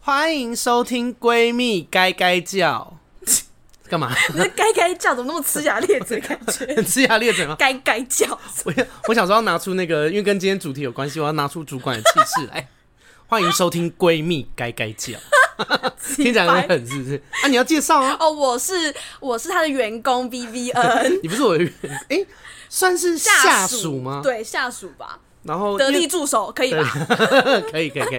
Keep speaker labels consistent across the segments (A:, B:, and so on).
A: 欢迎收听《闺蜜该该叫》。 干嘛？
B: 你的该该叫怎么那么呲牙咧嘴的感觉？
A: 很呲牙咧嘴吗？
B: 该该叫，
A: 我要我想说要拿出那个，因为跟今天主题有关系，我要拿出主管的气势来。 欢迎收听《闺蜜该该叫》， 听起来很狠，是不是？啊，你要介绍啊！
B: 哦，我是我是他的员工 B B N
A: 你不是我的员，哎、算是 下属吗？。
B: 对下属吧，
A: 然后
B: 得
A: 因为
B: 力助手可以吧？
A: 对 可以可以可以。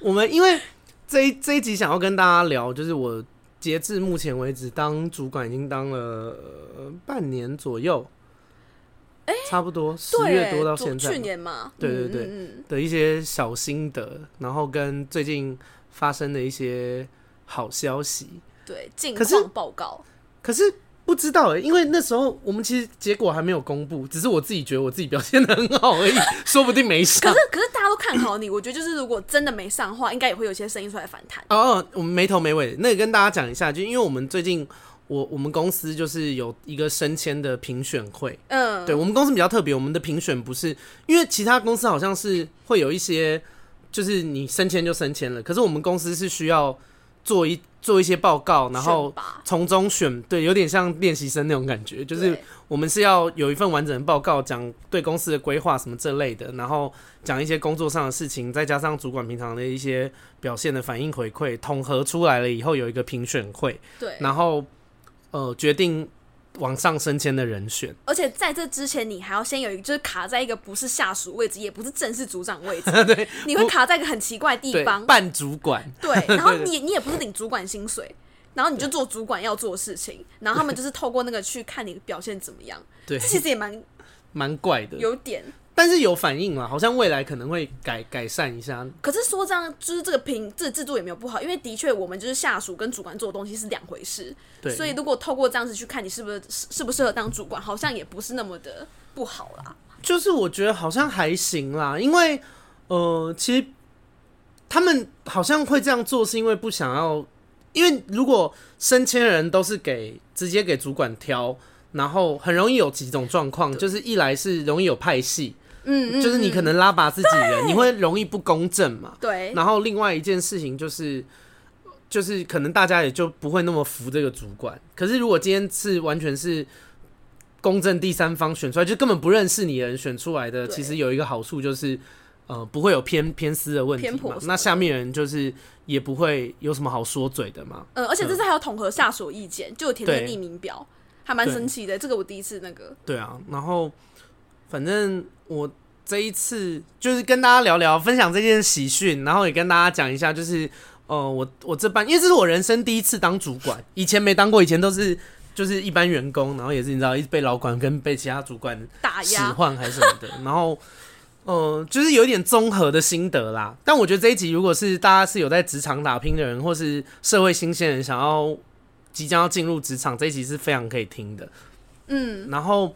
A: 我们因为这一这一集想要跟大家聊，就是我截至目前为止当主管已经当了、呃半年左右，差不多十
B: 对，
A: 月多到现在
B: 去
A: 嘛
B: 年嘛，
A: 对对对
B: 嗯，嗯嗯
A: 的一些小心得，然后跟最近发生的一些好消息。
B: 对近
A: 可是
B: 况报告，
A: 可是不知道、欸，因为那时候我们其实结果还没有公布，只是我自己觉得我自己表现的很好 而已，说不定没
B: 可
A: 上。
B: 是可是大家都看好你，我觉得就是如果真的没上的话，应该也会有一些声音出来反弹。
A: 哦，我们没头没尾，那个跟大家讲一下，就因为我们最近我我们公司就是有一个升迁的评选会，
B: 嗯，
A: 对我们公司比较特别，我们的评选不是因为其他公司好像是会有一些，就是你升迁就升迁了，可是我们公司是需要做一做一些报告，然后
B: 选拔
A: 从中选，对，有点像练习生那种感觉，就是
B: 对
A: 我们是要有一份完整的报告，讲对公司的规划什么这类的，然后讲一些工作上的事情，再加上主管平常的一些表现的反应回馈，统合出来了以后有一个评选会，
B: 对，
A: 然后呃决定往上升迁的人选。
B: 而且在这之前，你还要先有一个，就是卡在一个不是下属位置，也不是正式组长 位置，
A: 对，
B: 你会卡在一个很奇怪的地
A: 对，
B: 方。
A: 半主管，
B: 对，然后你你也不是领主管薪水，然后你就做主管要做的事情，然后他们就是透过那个去看你表现怎么样，
A: 对
B: 这，其实也蛮
A: 蛮怪的，
B: 有点。
A: 但是有反应啦，好像未来可能会改改善一下。
B: 可是说这样，就是这个评这个制度也没有不好，因为的确我们就是下属跟主管做的东西是两回事，
A: 对，
B: 所以如果透过这样子去看你是不是适适不适合当主管，好像也不是那么的不好啦。
A: 就是我觉得好像还行啦，因为呃，其实他们好像会这样做，是因为不想要，因为如果升迁人都是给直接给主管挑。然后很容易有几种状况，就是一来是容易有派系，
B: 嗯嗯，
A: 就是你可能拉拔自己人，你会容易不公正嘛。
B: 对
A: 然后另外一件事情就是，就是可能大家也就不会那么服这个主管。可是如果今天是完全是公正第三方选出来，就根本不认识你的人选出来的，
B: 对
A: 其实有一个好处就是，呃，不会有偏偏私的问题
B: 偏颇
A: 嘛
B: 什。么
A: 那下面人就是也不会有什么好说嘴的嘛。
B: 嗯，而且这次还有统合下属意见，就有填
A: 对
B: 那匿名表，还蛮
A: 对
B: 神奇的。这个我第一次那个，
A: 对啊，然后反正我这一次就是跟大家聊聊，分享这件喜讯，然后也跟大家讲一下，就是呃，我我这班，因为这是我人生第一次当主管，以前没当过，以前都是就是一般员工，然后也是你知道，一直被老管跟被其他主管
B: 打
A: 使
B: 压，
A: 唤还是什么的，然后。嗯，就是有一点综合的心得啦。但我觉得这一集如果是大家是有在职场打拼的人，或是社会新鲜人，想要即将要进入职场，这一集是非常可以听的。
B: 嗯，
A: 然后、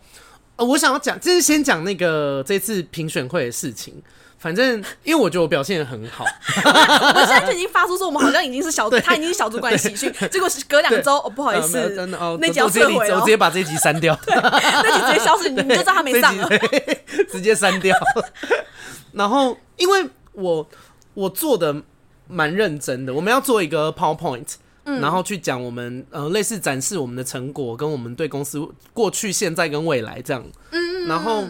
A: 呃我想要讲，就是先讲那个这次评选会的事情。反正因为我觉得我表现得很好，
B: 我 现在就已经发出说我们好像已经是小，他已经是小主管的喜讯，结果是隔两周， 哦，不好意
A: 呃
B: 思
A: 没，有真的哦，
B: 那集
A: 我
B: 要
A: 我直接
B: 撤
A: 离
B: 回
A: 我
B: 哦
A: 直，接把这一集删掉，
B: 那集直接消失，你就知道他 没上了。
A: 这一集直接删掉。 然后因为我我做的蛮认真的，我们要做一个 PowerPoint。然后去讲我们呃，类似展示我们的成果，跟我们对公司过去、现在跟未来这样。嗯，然后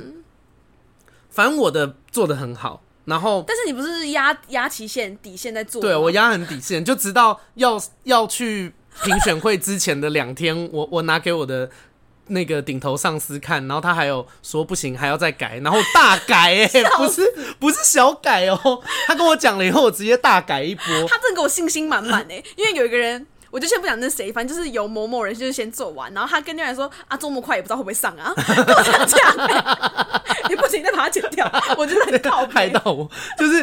A: 反正我的做的很好，然后
B: 但是你不是压压期限底线在做吗？
A: 对我压很底线，就直到要要去评选会之前的两天， 我我拿给我的那个顶头上司看，然后他还有说不行，还要再改，然后大改 哎、不是不是小改哦、他跟我讲了以后，我直接大改一波。
B: 他真的给我信心满满哎，因为有一个人。我就先不讲那是谁，反正就是有某某人就是先做完，然后他跟另外人说啊，周末快也不知道会不会上 啊，跟我这样讲、欸， 你不行再把它剪掉，我觉得很靠
A: 害
B: 背，
A: 到我，就是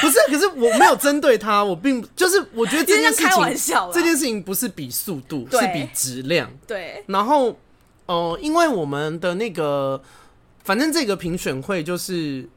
A: 不是？可是我没有针对他，我并就是我觉得这件事
B: 有点像开
A: 情，
B: 玩笑啦
A: 这件事情不是比速度，
B: 对
A: 是比质量。
B: 对，
A: 然后，呃，因为我们的那个，反正这个评选会就是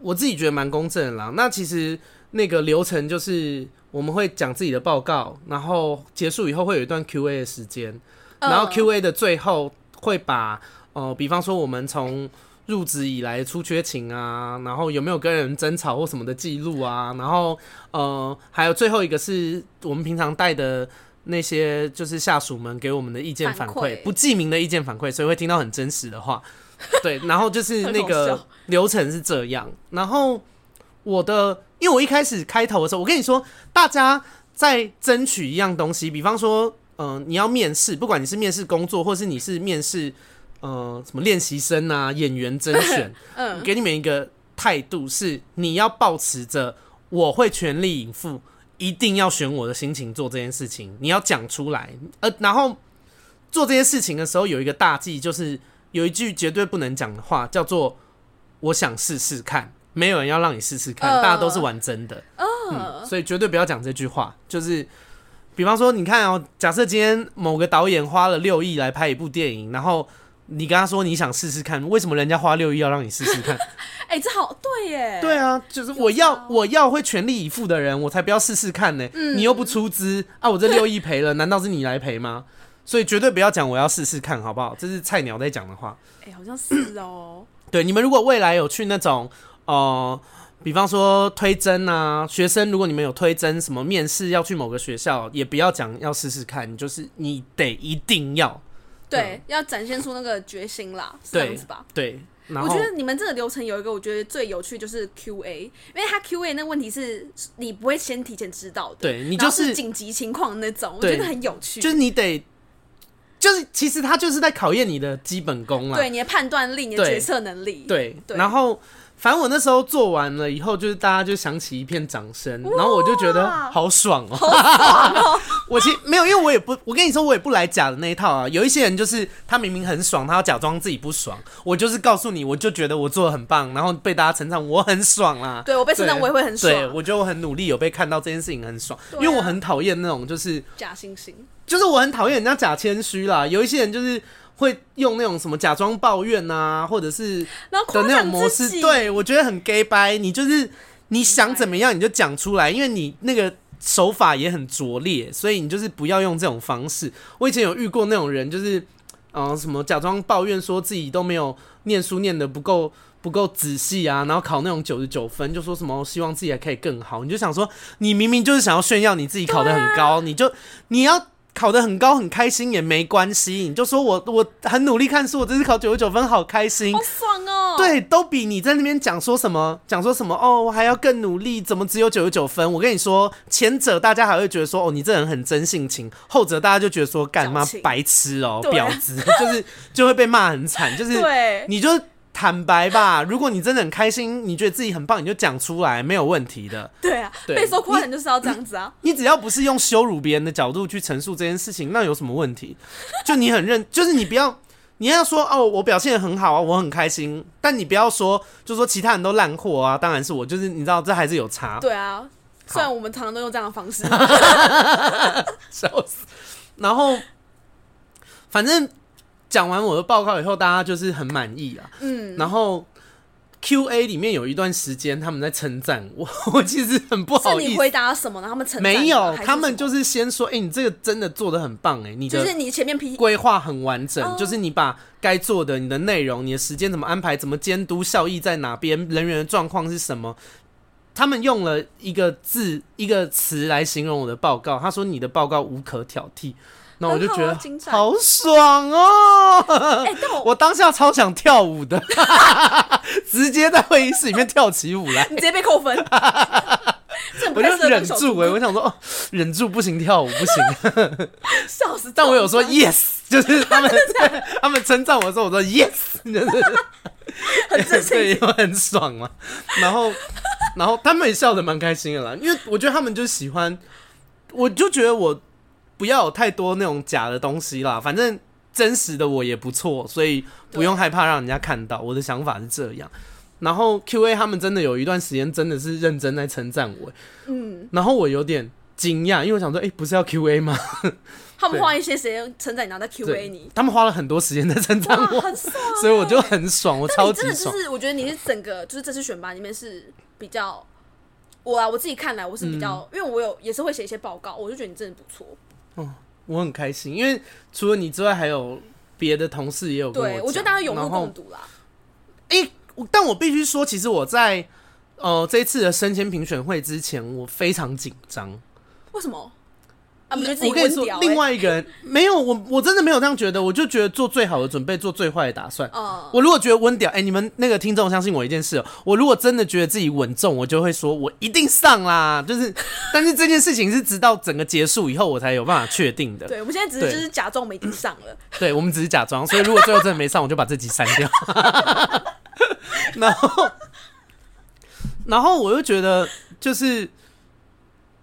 A: 我自己觉得蛮公正的啦。那其实那个流程就是我们会讲自己的报告，然后结束以后会有一段 Q&A 的时间，然后
B: 嗯
A: Q&A 的最后会把，呃，比方说我们从入职以来出缺勤啊，然后有没有跟人争吵或什么的记录啊，然后呃，还有最后一个是我们平常带的那些就是下属们给我们的意见反
B: 反
A: 馈，
B: 馈
A: 不记名的意见反馈，所以会听到很真实的话。对，然后就是
B: 很
A: 那
B: 好
A: 个
B: 笑
A: 流程是这样，然后我的，因为我一开始开头的时候，我跟你说，大家在争取一样东西，比方说，嗯、你要面试，不管你是面试工作，或是你是面试，呃，什么练习生啊、演员甄选，
B: 嗯，
A: 给你们一个态度是，你要保持着我会全力以赴，一定要选我的心情做这件事情，你要讲出来。呃，然后做这些事情的时候，有一个大忌，就是有一句绝对不能讲的话，叫做“我想试试看”，没有人要让你试试看，
B: 呃
A: 大家都是玩真的。嗯，所以绝对不要讲这句话。就是，比方说，你看哦，假设今天某个导演花了六亿来拍一部电影，然后你跟他说你想试试看，为什么人家花六亿要让你试试看？
B: 哎、这好对耶，
A: 对啊，就是我要我要会全力以赴的人，我才不要试试看呢、
B: 嗯
A: 你又不出资啊，我这六亿赔了， 难道是你来赔吗？所以绝对不要讲我要试试看，好不好？这是菜鸟在讲的话。
B: 哎、好像是哦，
A: 对，你们如果未来有去那种呃，比方说推甄啊，学生如果你们有推甄什么面试要去某个学校，也不要讲要试试看，就是你得一定要
B: 对，要展现出那个决心啦，是这
A: 嗯
B: 样
A: 对
B: 子吧？
A: 对。然
B: 我
A: 后
B: 觉得你们这个流程有一个我觉得最有趣就是 Q A，因为他 Q A 那问题是你不会先提前知道的，
A: 对你
B: 然
A: 就
B: 后
A: 是
B: 是紧急情况那种，我
A: 对
B: 觉得很有趣，
A: 就是你得，就是其实他就是在考验你的基本功啦。
B: 对你的判断力、你的
A: 啊对
B: 决策能力，
A: 对，
B: 对
A: 然后反正我那时候做完了以后，就是大家就响起一片掌声，然后我就觉得好爽哦、 我其实没有，因为我也不，我跟你说，我也不来假的那一套啊。有一些人就是他明明很爽，他要假装自己不爽。我就是告诉你，我就觉得我做的很棒，然后被大家称赞，我很爽啦。
B: 对我被称赞
A: 对
B: 我也会很
A: 对，
B: 爽，
A: 我觉得我很努力，有被看到这件事情很爽，
B: 对啊
A: 因为我很讨厌那种就是
B: 假惺惺，
A: 就是我很讨厌人家假谦虚啦。有一些人就是会用那种什么假装抱怨啊，或者是
B: 然后夸
A: 的那种
B: 奖
A: 模
B: 自
A: 式，
B: 己，
A: 对我觉得很 gay 掰。你就是你想怎么样你就讲出来，因为你那个手法也很拙劣，所以你就是不要用这种方式。我以前有遇过那种人，就是嗯、呃什么假装抱怨说自己都没有念书念的不够。不够仔细啊，然后考那种九十九分，就说什么希望自己还可以更好，你就想说，你明明就是想要炫耀你自己考得很高，你就你要考得很高很开心也没关系，你就说我我很努力看书，我这次考九十九分好开心
B: 好，爽哦，，
A: 对，都比你在那边讲说什么，讲说什么哦，我还要更努力，怎么只有九十九分？我跟你说，前者大家还会觉得说哦，你这人很真性情；后者大家就觉得说干
B: 矫
A: 妈
B: 情
A: 白痴哦、
B: 对啊
A: 婊子，就是就会被骂很惨。就是
B: 对
A: 你就坦白吧，如果你真的很开心，你觉得自己很棒，你就讲出来，没有问题的。
B: 对啊，
A: 对
B: 被说夸奖就是要这样子啊，
A: 你只要不是用羞辱别人的角度去陈述这件事情，那有什么问题？就你很认，就是你不要，你要说哦，我表现得很好啊，我很开心，但你不要说，就说其他人都烂货啊，当然是我，就是你知道这还是有差，
B: 对啊，虽然我们常常都用这样 的方式，
A: 笑死。然后，反正讲完我的报告以后，大家就是很满意啊。
B: 嗯，
A: 然后 Q&A 里面有一段时间他们在称赞我， 我其实很不
B: 是
A: 好意
B: 你
A: 思。
B: 回答什么，然后他们称赞你吗
A: 没有
B: 还，是
A: 他们
B: 什
A: 就
B: 么
A: 是先说，哎、你这个真的做的很棒、哎，你的
B: 就是你前面批
A: 规划很完整，
B: 哦
A: 就是你把该做的、你的内容、你的时间怎么安排、怎么监督效益在哪边、人员的状况是什么。他们用了一个字、一个词来形容我的报告，他说你的报告无可挑剔，那我就觉
B: 很好
A: 得
B: 啊精彩
A: 好爽哦！
B: 哎、但我
A: 我当下超想跳舞 的，直接在会议室里面跳起舞来。
B: 你直接 被扣分，这很不
A: 我
B: 太适
A: 就
B: 合
A: 忍
B: 当小
A: 住
B: 猪
A: 哎、我想说哦，忍住不行，跳舞不行。
B: 笑死。
A: 但我有 说
B: 这种
A: yes，就是他们 他们称赞我的时候，我说 yes，就是
B: 很 真心，
A: 对，因为很爽嘛。然后然后他们也笑得蛮开心的啦，因为我觉得他们就是喜欢，我就觉得我不要有太多那种假的东西啦，反正真实的我也不错，所以不用害怕让人家看到。我的想法是这样。然后 Q A 他们真的有一段时间真的是认真在称赞我，
B: 嗯，
A: 然后我有点惊讶，因为我想说，哎、不是要 Q A 吗？
B: 他们花一些时间称赞你，然后再 Q A
A: 对
B: 你，，
A: 他们花了很多时间在称赞
B: 哇，
A: 我，
B: 很爽。
A: 所以我就很爽，我
B: 那
A: 超
B: 你
A: 级
B: 真的就
A: 爽。
B: 是，我觉得你是整个就是这次选拔里面是比较，我啊我自己看来我是比较，
A: 嗯
B: 因为我有也是会写一些报告，我就觉得你真的不错。
A: 我很开心，因为除了你之外，还有别的同事也有跟
B: 对，
A: 我
B: 我觉
A: 讲
B: 得大家有目
A: 然
B: 共
A: 后
B: 睹啦。
A: 诶、我但我必须说，其实我在呃这一次的升迁评选会之前，我非常紧张。
B: 为什么？啊，你觉得自己
A: 我跟你
B: 温
A: 说
B: 屌、，欸？
A: 另外一个人没有我，我真的没有这样觉得，我就觉得做最好的准备，做最坏的打算。
B: 嗯
A: 我如果觉得温屌，哎、你们那个听众相信我一件事、哦，我如果真的觉得自己稳重，我就会说我一定上啦。就是，但是这件事情是直到整个结束以后，我才有办法确定的。
B: 对，我们现在只是
A: 对
B: 就是假装我们已经上了，
A: 对，我们只是假装，所以如果最后真的没上，我就把这集删掉。 然后，然后我又觉得，就是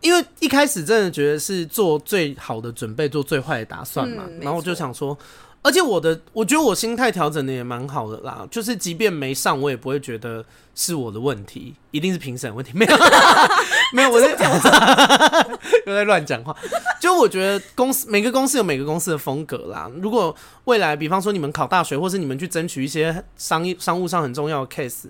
A: 因为一开始真的觉得是做最好的准备，做最坏的打算嘛，
B: 嗯没错
A: 然后我就想说。而且我的，我觉得我心态调整的也蛮好的啦，就是即便没上，我也不会觉得是我的问题，一定是评审的问题，没有， 没有，我在 又在乱讲话。 就我觉得公司每个公司有每个公司的风格啦。如果未来，比方说你们考大学，或是你们去争取一些商业商务上很重要的 case，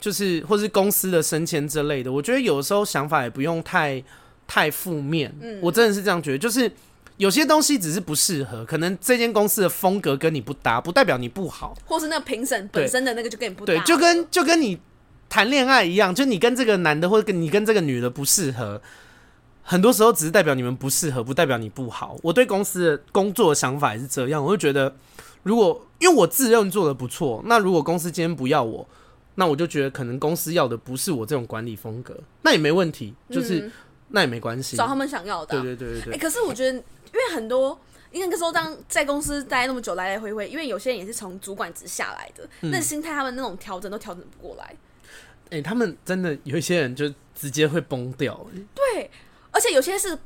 A: 就是或是公司的升迁之类的，我觉得有的时候想法也不用太太负面。我真的是这样觉得，就是。有些东西只是不适合，可能这间公司的风格跟你不搭，不代表你不好。
B: 或是那个评审本身的那个就跟你不搭
A: 对，就跟就跟你谈恋爱一样，就你跟这个男的或者跟你跟这个女的不适合，很多时候只是代表你们不适合，不代表你不好。我对公司的工作的想法也是这样，我就觉得如果因为我自认做的不错，那如果公司今天不要我。那我就觉得可能公司要的不是我这种管理风格，那也没问题，就是、那也没关系。
B: 找他们想嗯要的啊、
A: 对对对对对
B: 哎、，可是我觉得，因为很多，因为那时候当在公司待那么久，来来回回，因为有些人也是从主管职下来的，
A: 嗯
B: 那心态他们那种调整都调整不过来。
A: 哎、他们真的有一些人就直接会崩掉、欸
B: 对，而且有些是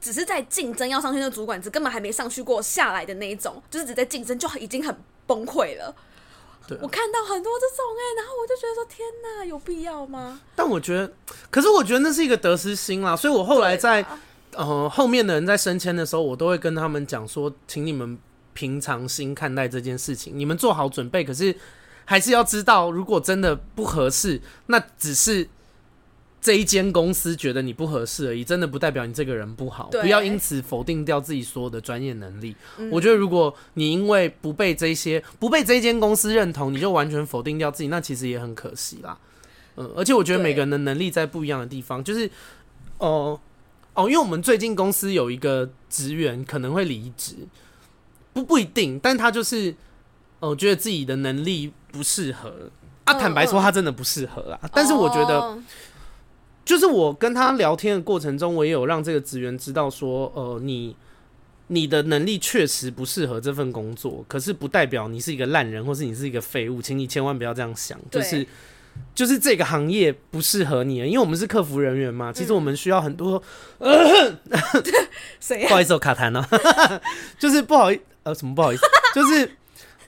B: 只是在竞争要上去那个主管职，根本还没上去过下来的那一种，就是只在竞争就已经很崩溃了。
A: 对啊
B: 我看到很多这种哎、然后我就觉得说天哪，有必要吗？
A: 但我觉得，可是我觉得那是一个得失心啦，所以我后来在
B: 对啊啦
A: 呃后面的人在升迁的时候，我都会跟他们讲说，请你们平常心看待这件事情，你们做好准备，可是还是要知道，如果真的不合适，那只是。这一间公司觉得你不合适而已，真的不代表你这个人不好，
B: 对
A: 不要因此否定掉自己所有的专业能力。我觉得，如果你因为不被这些不被这一间公司认同，你就完全否定掉自己，那其实也很可惜啦。嗯，而且我觉得每个人的能力在不一样的地方，就是哦、哦，因为我们最近公司有一个职员可能会离职，不不一定，但他就是哦、呃觉得自己的能力不适合啊。
B: 嗯
A: 坦白说，
B: 嗯
A: 他真的不适合啦。但是我觉得，
B: 哦
A: 就是我跟他聊天的过程中，我也有让这个职员知道说，呃，你你的能力确实不适合这份工作，可是不代表你是一个烂人，或是你是一个废物，请你千万不要这样想，
B: 对
A: 就是就是这个行业不适合你，因为我们是客服人员嘛，其实我们需要很多，
B: 谁、
A: 不
B: 啊？
A: 好意思，我卡痰了，哦 就是不好意呃什么不好意思， 就是。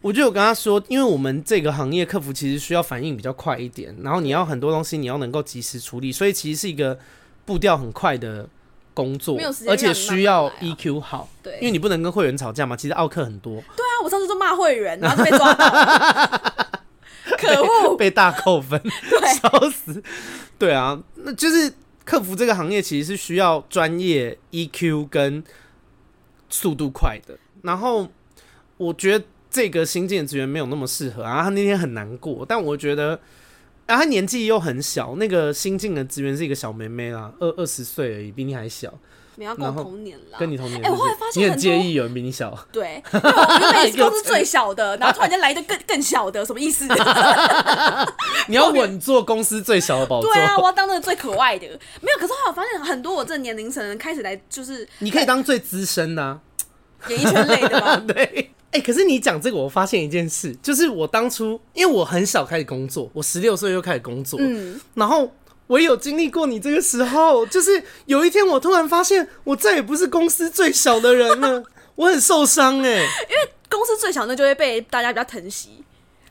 A: 我就有跟他说，因为我们这个行业客服其实需要反应比较快一点，然后你要很多东西你要能够及时处理，所以其实是一个步调很快的工作
B: 没有时，间
A: 而且
B: 让你慢慢
A: 需要
B: 来啊
A: EQ 好，
B: 对
A: 因为你不能跟会员吵架嘛。其实奥克很多
B: 对啊，我上次就骂会员，然后就被抓 到了，可恶！
A: 被大扣分，
B: 对，
A: 笑死。对啊，那就是客服这个行业其实是需要专业 EQ 跟速度快的。然后我觉得这个新进的职员没有那么适合啊，他那天很难过，但我觉得。啊，他年纪又很小，那个新进的职员是一个小妹妹啦，二二十岁而已，比你还小，
B: 你要跟我同年啦，
A: 跟你同年。
B: 哎我后来
A: 是不是
B: 发现
A: 你
B: 很
A: 很介
B: 多
A: 意有人比你 小，
B: 对，因为我原本是公司最 小的，然后突然间来一个更更小的，什么意思？对
A: 你要稳坐公司最小的宝座。
B: 啊，我要当那个最可爱的。没有，可是后来我发现很多我这年龄层的人开始来就是
A: 你可以当最资深的、啊。
B: 演艺圈类的嘛，
A: 对，哎、可是你讲这个，我发现一件事，就是我当初因为我很小开始工作，我十六岁就开始工作，
B: 嗯，
A: 然后我也有经历过你这个时候，就是有一天我突然发现，我再也不是公司最小的人了，我很受伤哎、
B: 公司最小那就会被大家比较疼惜。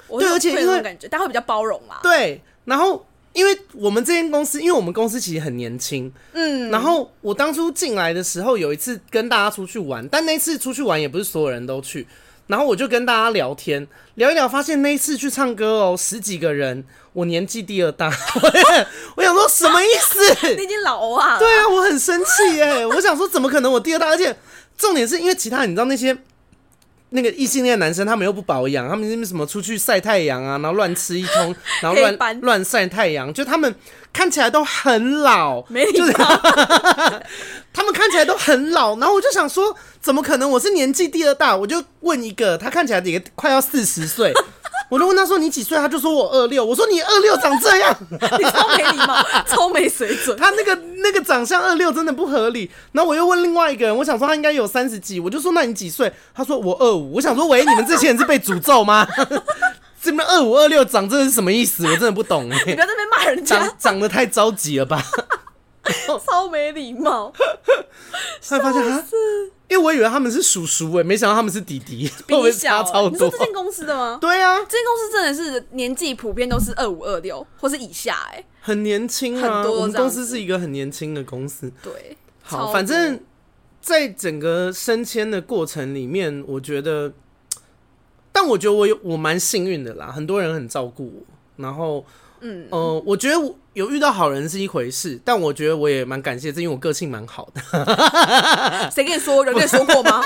B: 我会
A: 对而且
B: 会有
A: 因为
B: 这种感觉，大家会比较包容嘛。
A: 对，然后因为我们这间公司，因为我们公司其实很年轻，嗯，然后我当初进来的时候，有一次跟大家出去玩，但那次出去玩也不是所有人都去，然后我就跟大家聊天，聊一聊，发现那一次去唱歌哦，十几个人，我年纪第二大， 我想说什么意 思？
B: 你已经老欧啊，
A: 对啊，我很生气耶、我想说，怎么可能我第二大？而且重点是因为其他，你知道那些那个异性恋男生他们又不保养，他们那边什么出去晒太阳啊，然后乱吃一通，然后
B: 黑
A: 乱
B: 斑
A: 乱晒太阳，就他们看起来都很老，
B: 没礼
A: 就
B: 貌
A: 是他们看起来都很老，然后我就想说，怎么可能？我是年纪第二大，我就问一个，他看起来也快要四十岁， 我就问他说你几岁，他就说我二六，我说你二六长这样，
B: 你超没礼貌，超没水准。
A: 他那个那个长相二六真的不合理。然后我又问另外一个人，我想说他应该有三十几，我就说那你几岁？他说我二五。我想说，喂，你们这些人是被诅咒吗？ 这边二五二六长这是什么意思？我真的不懂哎、
B: 你不要在那边骂人
A: 长
B: 家，
A: 长得太着急了吧？
B: 超没礼 貌，
A: 后来发现他，因为我以为他们是叔叔哎、没想到他们是弟弟，会
B: 比
A: 不
B: 你
A: 会
B: 小
A: 差
B: 欸、
A: 超
B: 你说
A: 多
B: 这？间公司的吗？
A: 对啊，
B: 这间公司真的是年纪普遍都是二五二六或是以下、欸，哎，
A: 很年轻
B: 很
A: 啊。
B: 多
A: 我们
B: 这样
A: 公司
B: 子
A: 是一个很年轻的公司。
B: 对，超
A: 好，
B: 多
A: 反正在整个升迁的过程里面，我觉得，但我觉得我有我蛮幸运的啦，很多人很照顾我，然后，嗯，呃，我觉得我有遇到好人是一回事，但我觉得我也蛮感谢，这因为我个性蛮好的，啊
B: 谁跟你说？有跟你说过吗？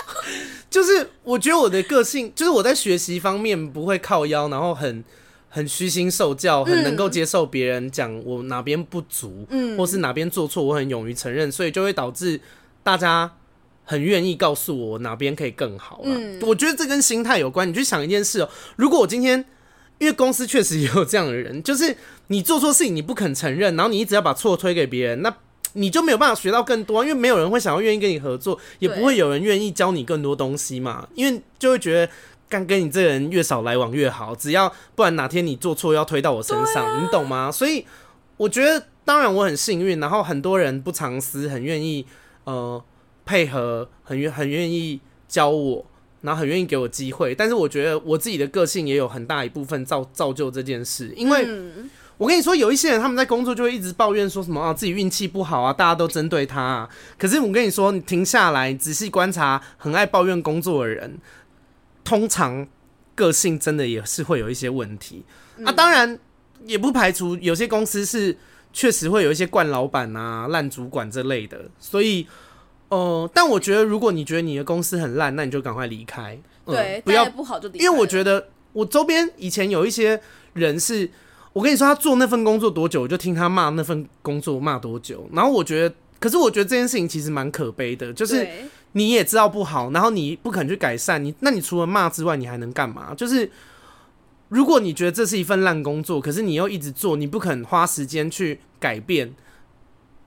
A: 就是我觉得我的个性，就是我在学习方面不会靠腰，然后很。很虚心受教，很能够接受别人讲我哪边不足，嗯，或是哪边做错，我很勇于承认，所以就会导致大家很愿意告诉我哪边可以更好、啊。嗯，我觉得这跟心态有关。你去想一件事哦、如果我今天，因为公司确实也有这样的人，就是你做错事情你不肯承认，然后你一直要把错推给别人，那你就没有办法学到更多啊、因为没有人会想要愿意跟你合作，也
B: 对
A: 不会有人愿意教你更多东西嘛，因为就会觉得。干跟你这个人越少来往越好，只要不然哪天你做错要推到我身上，你懂吗？所以我觉得，当然我很幸运，然后很多人不藏私，很愿意呃配合，很愿很愿意教我，然后很愿意给我机会。但是我觉得我自己的个性也有很大一部分造造就这件事，因为我跟你说，有一些人他们在工作就会一直抱怨说什么啊自己运气不好啊，大家都针对他、啊。可是我跟你说，你停下来仔细观察，很爱抱怨工作的人，通常个性真的也是会有一些问题。啊，当然也不排除有些公司是确实会有一些惯老板啊、烂主管这类的，所以。呃，但我觉得，如果你觉得你的公司很烂，那你就赶快离开。 嗯
B: 对，
A: 不要
B: 待得不好就离开了，
A: 因为我觉得我周边以前有一些人是，我跟你说他做那份工作多久，我就听他骂那份工作骂多久。然后我觉得，可是我觉得这件事情其实蛮可悲的，就是
B: 对
A: 你也知道不好，然后你不肯去改善，你那你除了骂之外，你还能干嘛？就是如果你觉得这是一份烂工作，可是你又一直做，你不肯花时间去改变。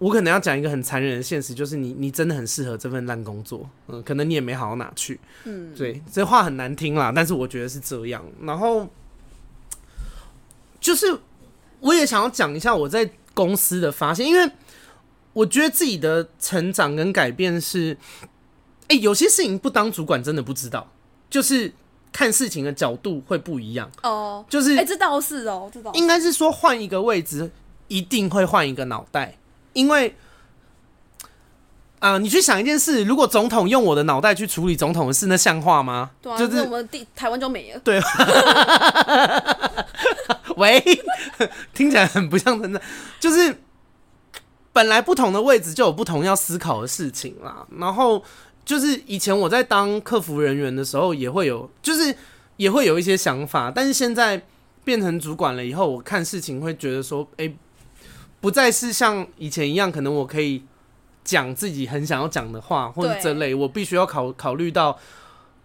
A: 我可能要讲一个很残忍的现实，就是你你真的很适合这份烂工作，嗯，可能你也没好到哪去，嗯，对，这话很难听啦，但是我觉得是这样。然后就是我也想要讲一下我在公司的发现，因为我觉得自己的成长跟改变是，哎、有些事情不当主管真的不知道，就是看事情的角度会不一样，
B: 哦，
A: 就是
B: 哎、这倒是哦，这倒是
A: 应该是说换一个位置，一定会换一个脑袋，因为，啊、你去想一件事，如果总统用我的脑袋去处理总统的事，那像话吗？
B: 对啊，
A: 就
B: 那我
A: 是
B: 们地台湾就没了，
A: 喂， 听起来很不像真的，就是本来不同的位置就有不同要思考的事情啦。然后就是以前我在当客服人员的时候，也会有，就是也会有一些想法，但是现在变成主管了以后，我看事情会觉得说，哎、不再是像以前一样，可能我可以讲自己很想要讲的话，或者
B: 对
A: 这类，我必须要考考虑到，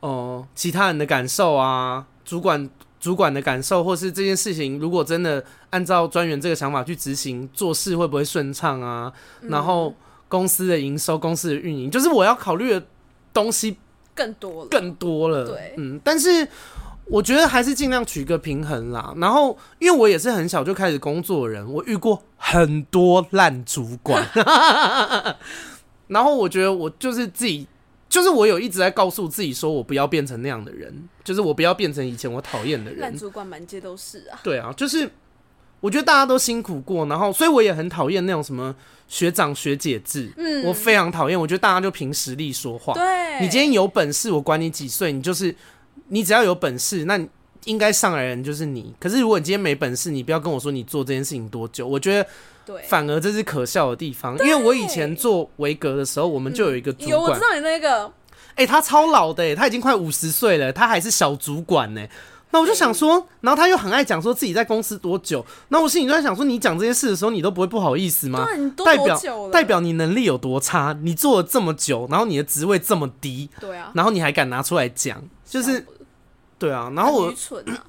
A: 呃，其他人的感受啊，主管主管的感受，或是这件事情如果真的按照专员这个想法去执行，做事会不会顺畅啊？然后公司的营收、公司的运营，就是我要考虑的东西
B: 更多了，
A: 更多了。
B: 对
A: 嗯，但是我觉得还是尽量取一个平衡啦。然后，因为我也是很小就开始工作的人，我遇过很多烂主管， 然后我觉得我就是自己。就是我有一直在告诉自己，说我不要变成那样的人，就是我不要变成以前我讨厌的人。
B: 烂主管满街都是啊，
A: 对啊，就是我觉得大家都辛苦过，然后所以我也很讨厌那种什么学长学姐制，嗯，我非常讨厌。我觉得大家就凭实力说话，
B: 对，
A: 你今天有本事，我管你几岁，你就是你只要有本事，那你应该上来的人就是你。可是如果你今天没本事，你不要跟我说你做这件事情多久，我觉得
B: 对，
A: 反而这是可笑的地方。因为我以前做维格的时候，我们就有一个主
B: 嗯有我
A: 管
B: 知，道你那个，
A: 哎、他超老的、欸，他已经快五十岁了，他还是小主管呢、欸那我就想说，然后他又很爱讲说自己在公司多久，那我心里就在想说，你讲这些事的时候，你都不会不好意思吗
B: 对啊你？都
A: 代
B: 多
A: 表
B: 久了
A: 代表你能力有多差，你做了这么久，然后你的职位这么低，
B: 对啊，
A: 然后你还敢拿出来讲，就是对啊。然
B: 然
A: 后我
B: 愚蠢啊，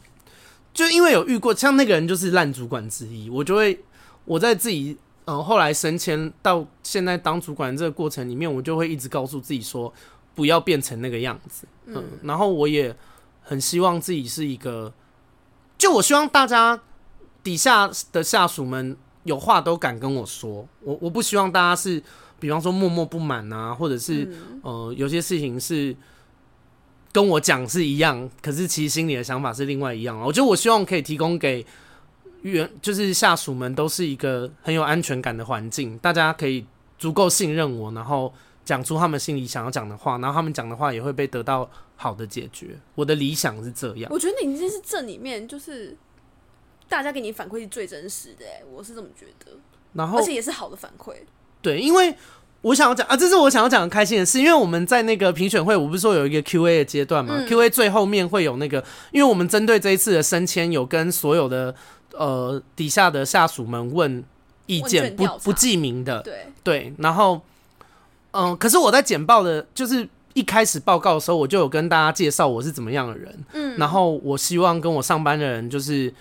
A: 就因为有遇过，像那个人就是烂主管之一，我就会我在自己呃后来升迁到现在当主管这个过程里面，我就会一直告诉自己说不要变成那个样子。嗯，然后我也很希望自己是一个，就我希望大家底下的下属们有话都敢跟我说，我我不希望大家是比方说默默不满啊，或者是、呃有些事情是。跟我讲是一样，可是其实心里的想法是另外一样啊。我觉得我希望可以提供给员，就是下属们都是一个很有安全感的环境，大家可以足够信任我，然后讲出他们心里想要讲的话，然后他们讲的话也会被得到好的解决。我的理想是这样，
B: 我觉得你这是这里面就是大家给你反馈是最真实的、欸，我是这么觉得，
A: 然后
B: 而且也是好的反馈。
A: 对，因为我想要讲啊，这是我想要讲的开心的事，因为我们在那个评选会，我不是说有一个 Q&A 的阶段嘛、q
B: 嗯
A: a 最后面会有那个，因为我们针对这一次的升迁，有跟所有的呃底下的下属们问意
B: 问
A: 见，
B: 卷
A: 不
B: 调查
A: 不记名的，
B: 对，
A: 对，然后，嗯、可是我在简报的，就是一开始报告的时候，我就有跟大家介绍我是怎么样的人，嗯，然后我希望跟我上班的人，就是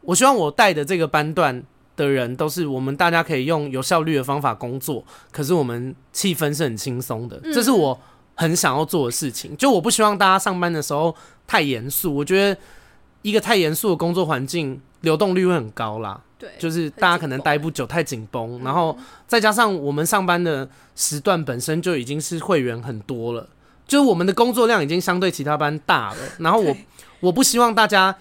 A: 我希望我带的这个班段的人，都是我们大家可以用有效率的方法工作，可是我们气氛是很轻松的，这是我很想要做的事情。就我不希望大家上班的时候太严肃，我觉得一个太严肃的工作环境，流动率会很高啦。
B: 对，
A: 就是大家可能待不久，太紧
B: 嗯
A: 绷，然后再加上我们上班的时段本身就已经是会员很多了，就是我们的工作量已经相对其他班大 了。然后我
B: 对
A: 我不希望大家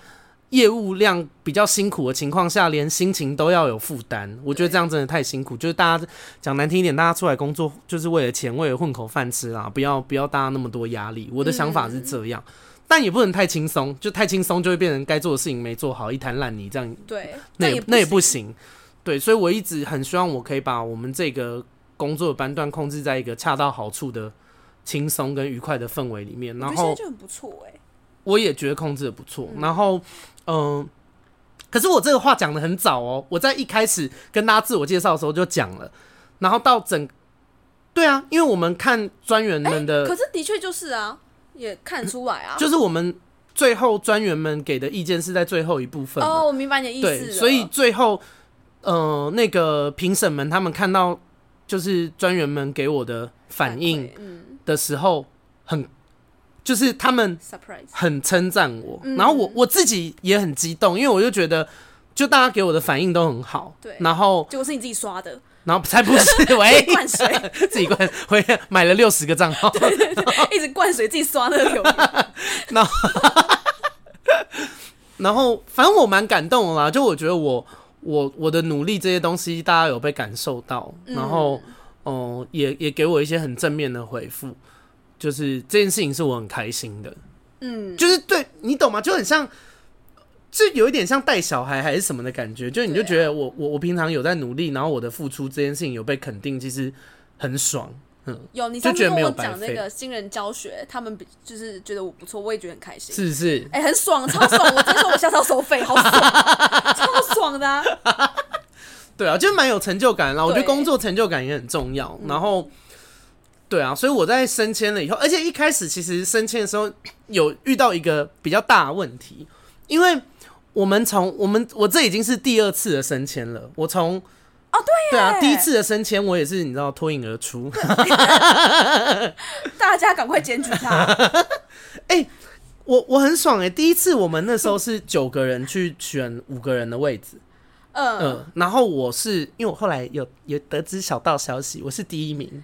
A: 业务量比较辛苦的情况下，连心情都要有负担。我觉得
B: 对
A: 这样真的太辛苦。就是大家讲难听一点，大家出来工作就是为了钱，为了混口饭吃啦，不要不要大家那么多压力。我的想法是
B: 嗯
A: 这样。但也不能太轻松，就太轻松就会变成该做的事情没做好，一滩烂泥，这样
B: 对，
A: 那
B: 也
A: 也那也不
B: 不行，
A: 行。对，所以我一直很希望我可以把我们这个工作的班段控制在一个恰到好处的轻松跟愉快的氛围里面，
B: 我
A: 然
B: 觉得现在
A: 后
B: 就很不错哎、
A: 我也觉得控制的不错，然后嗯、可是我这个话讲的很早哦，我在一开始跟大家自我介绍的时候就讲了，然后到整，对啊，因为我们看专员们的，
B: 哎可是的确就是啊，也看出来啊，
A: 呃 就是我们最后专员们给的意见是在最后一部分嘛
B: 哦，我明白你的意思
A: 对，
B: 了，
A: 所以最后，呃，那个评审们他们看到就是专员们给我的反应
B: 馈，嗯
A: 的时候，很就是他们
B: ，surprise，
A: 很称赞我，
B: 嗯
A: 然后我我自己也很激动，因为我就觉得。就大家给我的反应都很好，
B: 对
A: 然后
B: 结果是你自己 刷的，
A: 然后才不是 喂，
B: 灌水，
A: 自 己关回买了六十个账号，
B: 一直灌水自己刷那个流量，
A: 然后反正我蛮感动的啦，就我觉得我我我的努力这些东西大家有被感受到，然后哦、呃也也给我一些很正面的回复，就是这件事情是我很开心的，
B: 嗯，
A: 就是对你懂吗？就很像。这有一点像带小孩还是什么的感觉，就你就觉得我、我我平常有在努力，然后我的付出这件事情有被肯定，其实很爽。
B: 有你
A: 就
B: 上
A: 觉
B: 次
A: 得
B: 跟
A: 没有
B: 我
A: 白
B: 讲那
A: 费
B: 个新人教学，他们比就是觉得我不错，我也觉得很开心，
A: 是不是？
B: 哎、很爽，超爽！我真的说我下次要收费，好 爽，超爽的、啊。
A: 对啊，就是蛮有成就感啦。我觉得
B: 对嗯
A: 工作成就感也很重要。然后，对啊，所以我在升迁了以后，而且一开始其实升迁的时候有遇到一个比较大的问题，因为我们从我们我这已经是第二次的升迁了。我从
B: 哦
A: 对啊，
B: 耶
A: 第一次的升迁我也是你知道脱颖而出。
B: 大家赶快检举他，
A: 我我很爽哎、第一次我们那时候是九个人去选五个人的位置，
B: 嗯、
A: 嗯、然后我是因为我后来有有得知小道消息，我是第一名。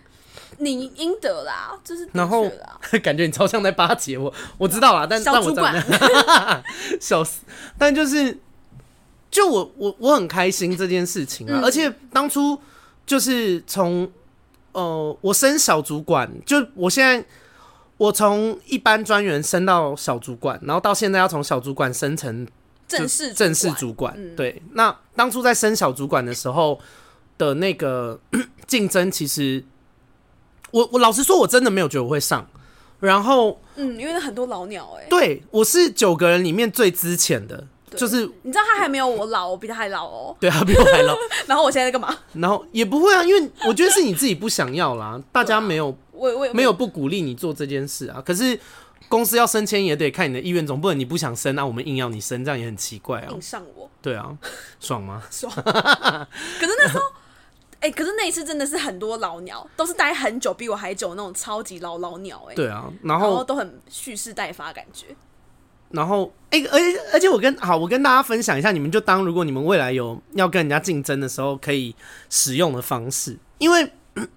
B: 你应得啦，就是的
A: 然后
B: 确啦，
A: 感觉你超像在巴结我，我知道啦，但但
B: 小
A: 我真
B: 主
A: 的
B: 管
A: 笑死。但就是，就我我我很开心这件事情啊，
B: 嗯
A: 而且当初就是从呃我升小主管，就我现在我从一般专员升到小主管，然后到现在要从小主管升成
B: 正式
A: 正式
B: 管嗯
A: 主管。对，那当初在升小主管的时候的那 个竞争，其实我我老实说，我真的没有觉得我会上。然后
B: 嗯，因为很多老鸟哎、
A: 对我是九个人里面最资浅的，就是
B: 你知道他还没有我老，我比他还老哦。
A: 对啊他比我还老，
B: 然后我现在在干嘛？
A: 然后也不会啊，因为我觉得是你自己不想要啦，大家没有
B: 我我也
A: 没有不鼓励你做这件事啊，可是。公司要升迁也得看你的意愿，总不能你不想升，那、啊我们硬要你升，这样也很奇怪啊
B: 硬。上我，
A: 对啊，爽吗？
B: 爽。可是那时候，哎、可是那一次真的是很多老鸟，都是待很久，比我还久的那种超级老老鸟哎、
A: 对啊，然
B: 然后
A: 后
B: 都很蓄势待发，感觉
A: 然后，哎、而且而且我跟好，我跟大家分享一下，你们就当如果你们未来有要跟人家竞争的时候，可以使用的方式。因为 嗯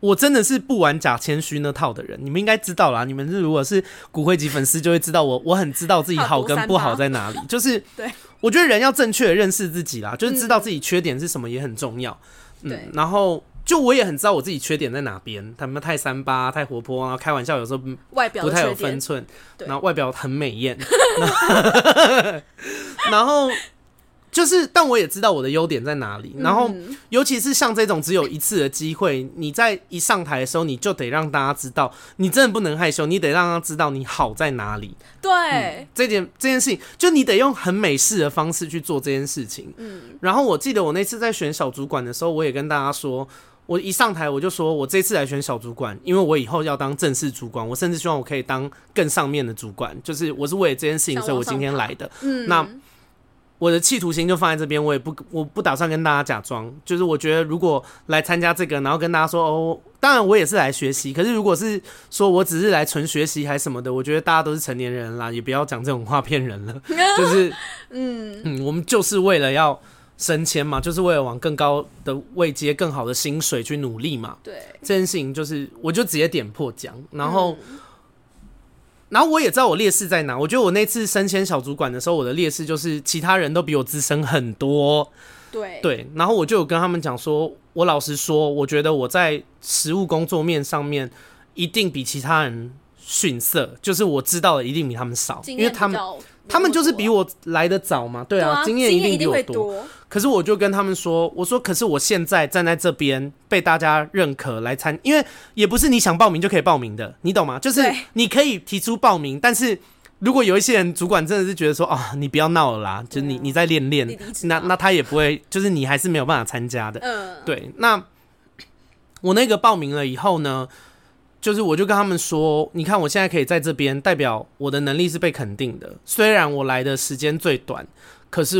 A: 我真的是不玩假谦虚那套的人，你们应该知道啦。你们是如果是骨灰级粉丝，就会知道我我很知道自己好跟不好在哪 里。就是
B: 对，嗯
A: 我觉得人要正确的认识自己啦，就是知道自己缺点是什么也很重要。嗯
B: 对
A: 然后。就我也很知道我自己缺点在哪边，他们太三八、太活泼，然啊后开玩笑有时候
B: 外表
A: 不
B: 的
A: 太
B: 缺
A: 有
B: 点
A: 分，寸，
B: 对
A: 然后外表很美艳， 然后然后就是，但我也知道我的优点在哪里。然后，
B: 嗯
A: 尤其是像这种只有一次的机会，你在一上台的时候，你就得让大家知道，你真的不能害羞，你得让他知道你好在哪里。
B: 对，
A: 这件这件事情，就你得用很美式的方式去做这件事情。嗯，然后我记得我那次在选小主管的时候，我也跟大家说，我一上台我就说我这次来选小主管，因为我以后要当正式主管，我甚至希望我可以当更上面的主管，就是我是为了这件事情，
B: 嗯想
A: 所以我
B: 往上
A: 今天来的。
B: 嗯，
A: 那我的企图心就放在这边，我也不我不打算跟大家假装，就是我觉得如果来参加这个，然后跟大家说哦，当然我也是来学习，可是如果是说我只是来纯学习还是什么的，我觉得大家都是成年人啦，也不要讲这种话骗人了， 就是嗯嗯，我们就是为了要升迁嘛，就是为了往更高的位阶、更好的薪水去努力嘛，
B: 对，
A: 这件事情就是我就直接点破讲，然后、然后我也知道我劣势在哪。我觉得我那次升迁小主管的时候，我的劣势就是其他人都比我资深很多，
B: 对，
A: 对。然后我就有跟他们讲说，我老实说，我觉得我在实务工作面上面一定比其他人逊色，就是我知道的一定比他们少，
B: 经
A: 因
B: 验
A: 为他
B: 比
A: 们。
B: 较啊
A: 他们就是比我来的早嘛，对
B: 对
A: 啊，
B: 啊，
A: 经
B: 验
A: 验一定比我
B: 会
A: 多。，可是我就跟他们说，我说可是我现在站在这边被大家认可来参，因为也不是你想报名就可以报名的，你懂吗？就是
B: 对
A: 你可以提出报名，但是如果有一些人主管真的是觉得说啊、你不要闹了啦，就是你
B: 对啊
A: 你再练练
B: 你离职，啊
A: 那
B: 吧
A: 那他也不会，就是你还是没有办法参加的。
B: 嗯，
A: 对，那我那个报名了以后呢，就是我就跟他们说，你看我现在可以在这边，代表我的能力是被肯定的。虽然我来的时间最短，可是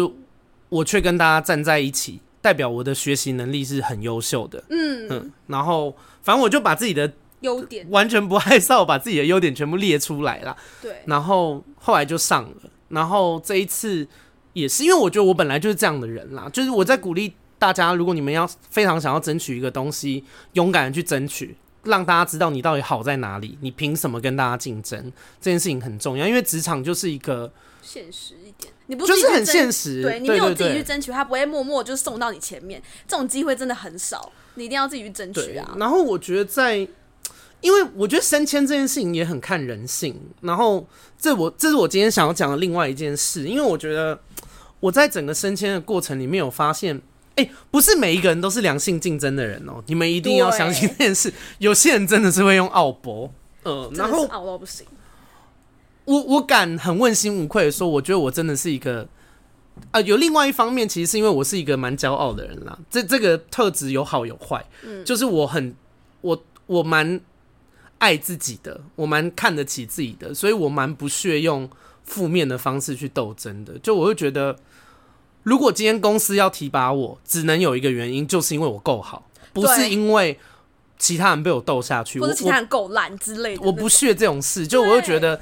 A: 我却跟大家站在一起，代表我的学习能力是很优秀的。
B: 嗯，
A: 嗯，然后反正我就把自己的
B: 优点，
A: 完全不 害臊，把自己的优点全部列出来啦。
B: 对，
A: 然后后来就上了，然后这一次也是因为我觉得我本来就是这样的人啦，就是我在鼓励大家，如果你们要非常想要争取一个东西，勇敢的去争取，让大家知道你到底好在哪里，你凭什么跟大家竞争，这件事情很重要，因为职场就是一个
B: 现实一点，你不
A: 就是是
B: 自己去
A: 很
B: 争
A: 现实，
B: 对
A: 对
B: 你没有
A: 对
B: 自己去
A: 对。
B: 争取，他不会默默就送到你前面，这种机会真的很少，你一定要自己去争取
A: 对
B: 啊，。
A: 然后我觉得在。因为我觉得升迁这件事情也很看人性，然后这我这是我今天想要讲的另外一件事，因为我觉得我在整个升迁的过程里面有发现，哎、不是每一个人都是良性竞争的人哦、你们一定要
B: 对
A: 相信这件事。有些人真的是会用奥博，呃，
B: 真
A: 然
B: 的
A: 后
B: 是熬到不行，
A: 我我敢很问心无愧的说，我觉得我真的是一个，啊，有另外一方面，其实是因为我是一个蛮骄傲的人啦。这这个特质有好有坏，
B: 嗯
A: 就是我很我我蛮爱自己的，我蛮看得起自己的，所以我蛮不屑用负面的方式去斗争的。就我会觉得，如果今天公司要提拔我，只能有一个原因，就是因为我够好，不是
B: 对
A: 因为其他人被我斗下去，
B: 或
A: 我
B: 者其
A: 我
B: 他人够烂之类的那种。
A: 我不屑这种事，就我会觉得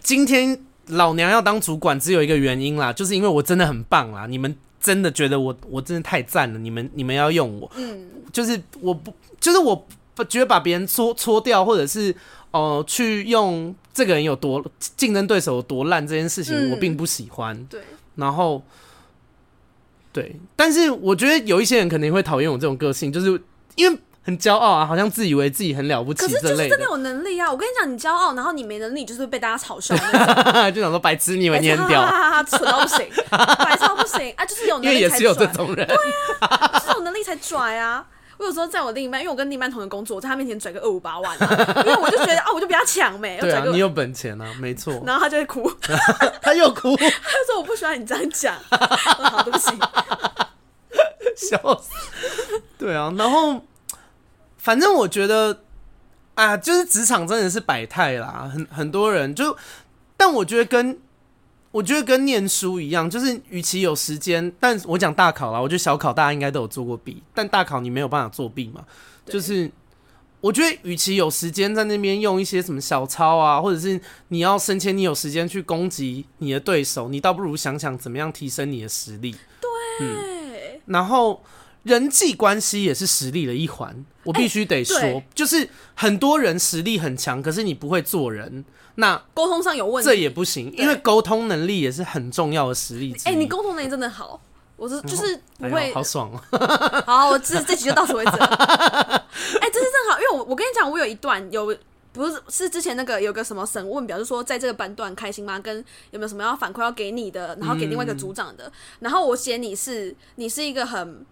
A: 今天老娘要当主管，只有一个原因啦，就是因为我真的很棒啦，你们真的觉得我我真的太赞了，你们你们要用我，
B: 嗯，
A: 就是我不就是我不觉得把别人搓搓掉，或者是哦、呃去用这个人有多竞争对手有多烂这件事情，
B: 嗯
A: 我并不喜欢。
B: 对，
A: 然后对，但是我觉得有一些人肯定会讨厌我这种个性，就是因为很骄傲啊，好像自以为自己很了不起
B: 可是
A: 这
B: 就是
A: 类
B: 真
A: 的
B: 的。有能力啊！我跟你讲，你骄傲，然后你没能力，就是会被大家 嘲笑那种。
A: 就想说白痴，你以为你很
B: 哈 哈
A: 屌？
B: 哈哈，蠢到不行，白到不行啊！就是有
A: 因
B: 能
A: 为
B: 力
A: 也
B: 才
A: 是有这
B: 拽，
A: 种人，
B: 就是有能力才拽啊！我有时候在我另一半，因为我跟另一半同一个工作，我在他面前拽个二五八万、啊，因为我就觉得啊，我就比他强呗，我
A: 对
B: 拽
A: 啊，
B: 个
A: 你，有本钱啊，没错。
B: 然后他就会哭，
A: 他又哭，
B: 他就说我不喜欢你这样讲， 我说好，对不起，
A: 笑死。对啊，然后反正我觉得啊，就是职场真的是百态啦，很很多人就，但我觉得跟我觉得跟念书一样，就是与其有时间，但我讲大考啦，我觉得小考大家应该都有做过弊，但大考你没有办法作弊嘛，
B: 对
A: 就是。我觉得，与其有时间在那边用一些什么小抄啊，或者是你要升迁，你有时间去攻击你的对手，你倒不如想想怎么样提升你的实力。
B: 对，
A: 然后人际关系也是实力的一环，我必须得说，
B: 哎对
A: 就是很多人实力很强，可是你不会做人，那
B: 沟通上有问
A: 这
B: 题，
A: 也不行，
B: 嗯对
A: 因为沟通能力也是很重要的实力之一。
B: 哎、你沟通能力真的好。我是就是不
A: 哎
B: 会、
A: 呦，好爽哦！
B: 好，我这这集就到此为止了。哎、这是正好，因为我我跟你讲，我有一段有不是是之前那个有个什么审问表，就说在这个班段开心吗？跟有没有什么要反馈要给你的，然后给另外一个
A: 嗯
B: 组长的。然后我写你是你是一个很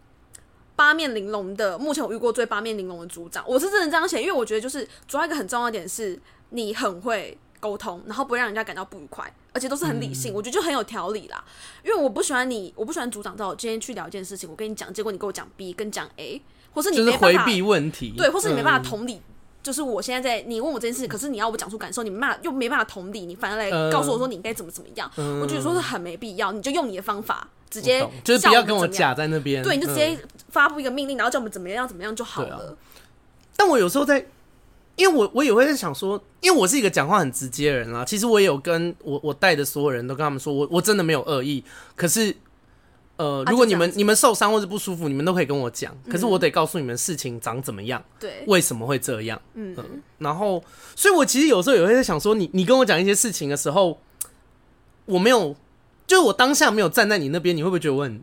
B: 八面玲珑的，目前我遇过最八面玲珑的组长。我是真的这样写，因为我觉得就是主要一个很重要的点是你很会沟通，然后不会让人家感到不愉快。而且都是很理
A: 嗯
B: 性，我觉得就很有条理啦。因为我不喜欢你，我不喜欢组长找我今天去聊一件事情，我跟你讲，结果你跟我讲 B 跟讲 A，或是你
A: 就是
B: 没办
A: 回
B: 法
A: 避问题，
B: 对，或是你没
A: 嗯
B: 办法同理。就是我现在在你问我这件事，可是你要我讲出感受，你没办法又没办法同理，你反而来
A: 嗯
B: 告诉我说你应该怎么怎么样，我觉得说是很没必要，你就用你的方法直
A: 我
B: 接
A: 嗯懂就是不
B: 叫
A: 要
B: 们
A: 跟我
B: 怎么样，
A: 假在那边，
B: 对，你就直
A: 嗯
B: 接发布一个命令，然后叫我们怎么样怎么样就好
A: 对啊
B: 了。
A: 但我有时候在，因为我我也会在想说，因为我是一个讲话很直接的人啦。其实我也有跟我我带的所有人都跟他们说，我我真的没有恶意，可是。呃，
B: 啊
A: 如果你
B: 就嗯这样
A: 们、
B: 子
A: 你们受伤或者不舒服，你们都可以跟我讲，可是我得告诉你们事情长怎么样，
B: 对，
A: 为什么会这样。
B: 嗯，
A: 然后，所以我其实有时候也会在想说，你你跟我讲一些事情的时候，我没有，就是我当下没有站在你那边，你会不会觉得我很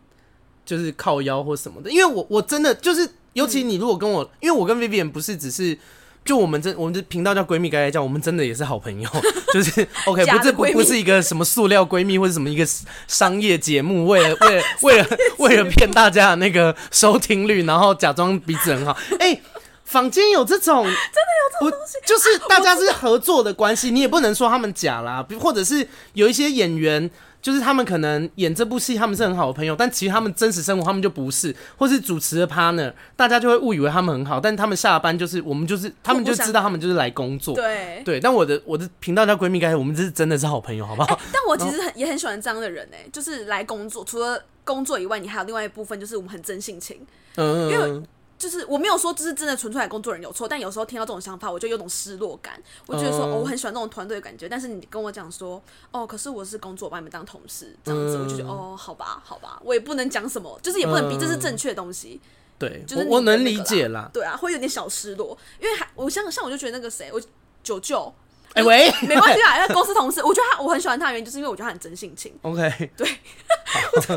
A: 就是靠腰或什么的？因为我我真的就是，尤其你如果跟我，因为我跟 Vivian 不是只是。就我们真，我们的频道叫闺蜜该该叫，我们真的也是好朋友， 就是 OK，
B: 假
A: 不
B: 的
A: 是不
B: 闺蜜
A: 不是一个什么塑料闺蜜或者什么一个商业节目，为 了为了为了为了骗大家的那个收听率，然后假装彼此很好。哎、坊间有这种，真的有这种东西，就是大家是合作的关系，你也不能说他们假啦，比或者是有一些演员。就是他们可能演这部戏，他们是很好的朋友，但其实他们真实生活他们就不是，或是主持的 partner，大家就会误以为他们很好，但他们下班就是我们就是他们就知道他们就是来工作，
B: 对。
A: 对。但我的我的频道叫闺蜜该，我们这是真的是好朋友，好不好？
B: 但我其实很也很喜欢这样的人哎、就是来工作，除了工作以外，你还有另外一部分，就是我们很真性情。
A: 嗯，
B: 因为就是我没有说就是真的纯粹来工作人有错，但有时候听到这种想法，我就有种失落感。我就觉得说，
A: 嗯
B: 哦，我很喜欢那种团队的感觉，但是你跟我讲说，哦，可是我是工作，我把你们当同事这样子，
A: 嗯
B: 我就觉得，哦，好吧，好吧，我也不能讲什么，就是也不能比，
A: 嗯
B: 这是正确的东西。
A: 对，
B: 就是你
A: 我我
B: 的
A: 能
B: 那个
A: 理
B: 啦
A: 解啦。
B: 对啊，会有点小失落，因为还我像像我就觉得那个谁，我九舅
A: 哎、喂，
B: 没关 系啊，因为公司同事，我觉得他我很喜欢他的原因，就是因为我觉得他很真性情。
A: OK，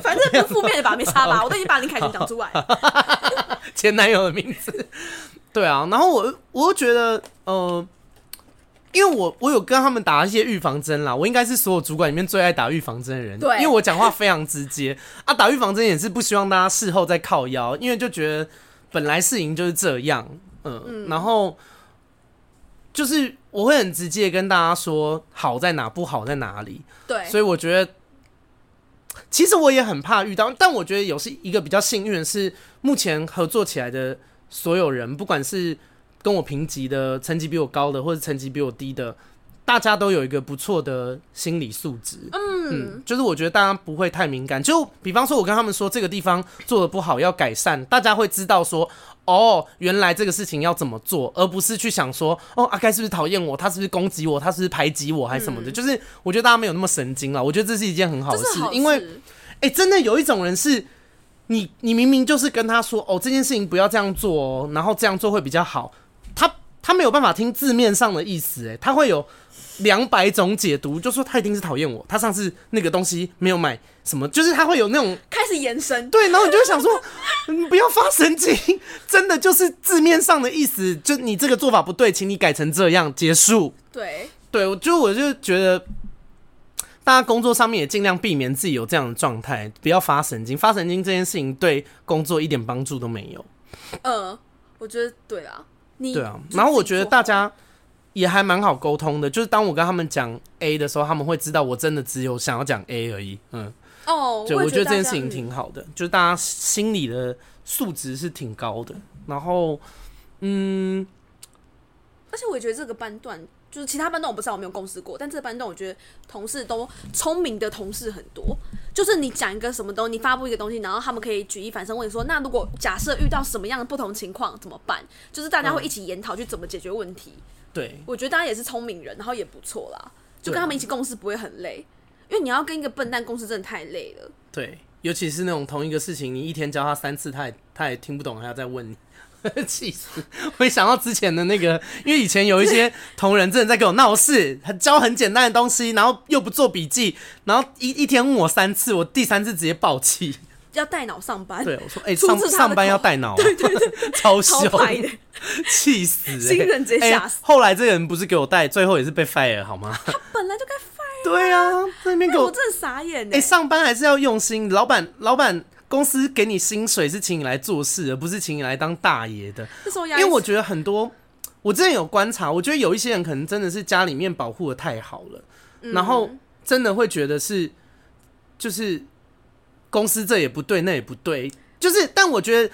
B: 反正不是负面的吧，没 差
A: 哦
B: 吧，我都已经把林凯旋讲出来了。
A: 前男友的名字。对啊，然后我我又觉得，呃，因为我我有跟他们打一些预防针啦，我应该是所有主管里面最爱打预防针的人，
B: 对
A: 因为我讲话非常直接啊，打预防针也是不希望大家事后再靠腰，因为就觉得本来事情就是这样，嗯然后就是我会很直接地跟大家说好在哪，不好在哪里，
B: 对，
A: 所以我觉得，其实我也很怕遇到，但我觉得有是一个比较幸运的是，目前合作起来的所有人，不管是跟我平级的、成绩比我高的，或者成绩比我低的，大家都有一个不错的心理素质。
B: 嗯，
A: 嗯，就是我觉得大家不会太敏感。就比方说，我跟他们说这个地方做的不好要改善，大家会知道说，哦，原来这个事情要怎么做，而不是去想说，哦，阿盖是不是讨厌我，他是不是攻击我，他是不是排挤我，还是什么的。就是我觉得大家没有那么神经了，我觉得这是一件很好
B: 这
A: 的事，
B: 嗯是好事，
A: 因为哎、真的有一种人是。你你明明就是跟他说哦，这件事情不要这样做哦，然后这样做会比较好。他他没有办法听字面上的意思，哎，他会有两百种解读，就说他一定是讨厌我，他上次那个东西没有买什么，就是他会有那种
B: 开始延伸，
A: 对，然后你就会想说， 你不要发神经，真的就是字面上的意思，就你这个做法不对，请你改成这样结束。
B: 对，
A: 对，我就我就觉得，大家工作上面也尽量避免自己有这样的状态，不要发神经。发神经这件事情对工作一点帮助都没有。
B: 嗯，我觉得对啊，你
A: 对啊
B: 就，
A: 然后我
B: 自己
A: 觉得
B: 做
A: 大家也还蛮好沟通的，就是当我跟他们讲 A 的时候，他们会知道我真的只有想要讲 A 而已。嗯，
B: 哦，
A: 就
B: 也
A: 我
B: 觉
A: 觉得这件
B: 大家
A: 事情
B: 嗯
A: 挺好的，就是大家心理的素质是挺高的。然后，嗯，
B: 而且我也觉得这个班段，就是其他班段我不知道我没有共事过，但这个班段我觉得同事都聪明的同事很多。就是你讲一个什么东西，你发布一个东西，然后他们可以举一反三，问你说，那如果假设遇到什么样的不同情况怎么办？就是大
A: 嗯
B: 家会一起研讨去怎么解决问题。
A: 对，
B: 我觉得大家也是聪明人，然后也不错啦，就
A: 对啊
B: 跟他们一起共事不会很累，因为你要跟一个笨蛋共事真的太累了。
A: 对，尤其是那种同一个事情，你一天教他三次，他也他也听不懂，还要再问你。 气死！我一想到之前的那个，因为以前有一些同仁真的在跟我闹事，他教很简单的东西，然后又不做笔记，然后一一天问我三次，我第三次直接爆气。
B: 要带脑上班，
A: 对，我说， 哎、
B: 出
A: 上
B: 自他的
A: 上班
B: 口
A: 要带脑啊， 超
B: 超
A: 凶，
B: 快的。
A: 气死、欸！
B: 新人直接吓
A: 哎
B: 死
A: 后来这个人不是给我带，最后也是被 fire 好吗？
B: 本来就该发，
A: 对啊，在那边给
B: 我
A: 我
B: 真的傻眼欸呢、
A: 哎、上班还是要用心，老板，老板。公司给你薪水是请你来做事，而不是请你来当大爷的。
B: 那时候压
A: 因
B: 力
A: 为我觉得很多，我之前有观察，我觉得有一些人可能真的是家里面保护的太好了，然后真的会觉得是，就是公司这也不对，那也不对，就是，但我觉得。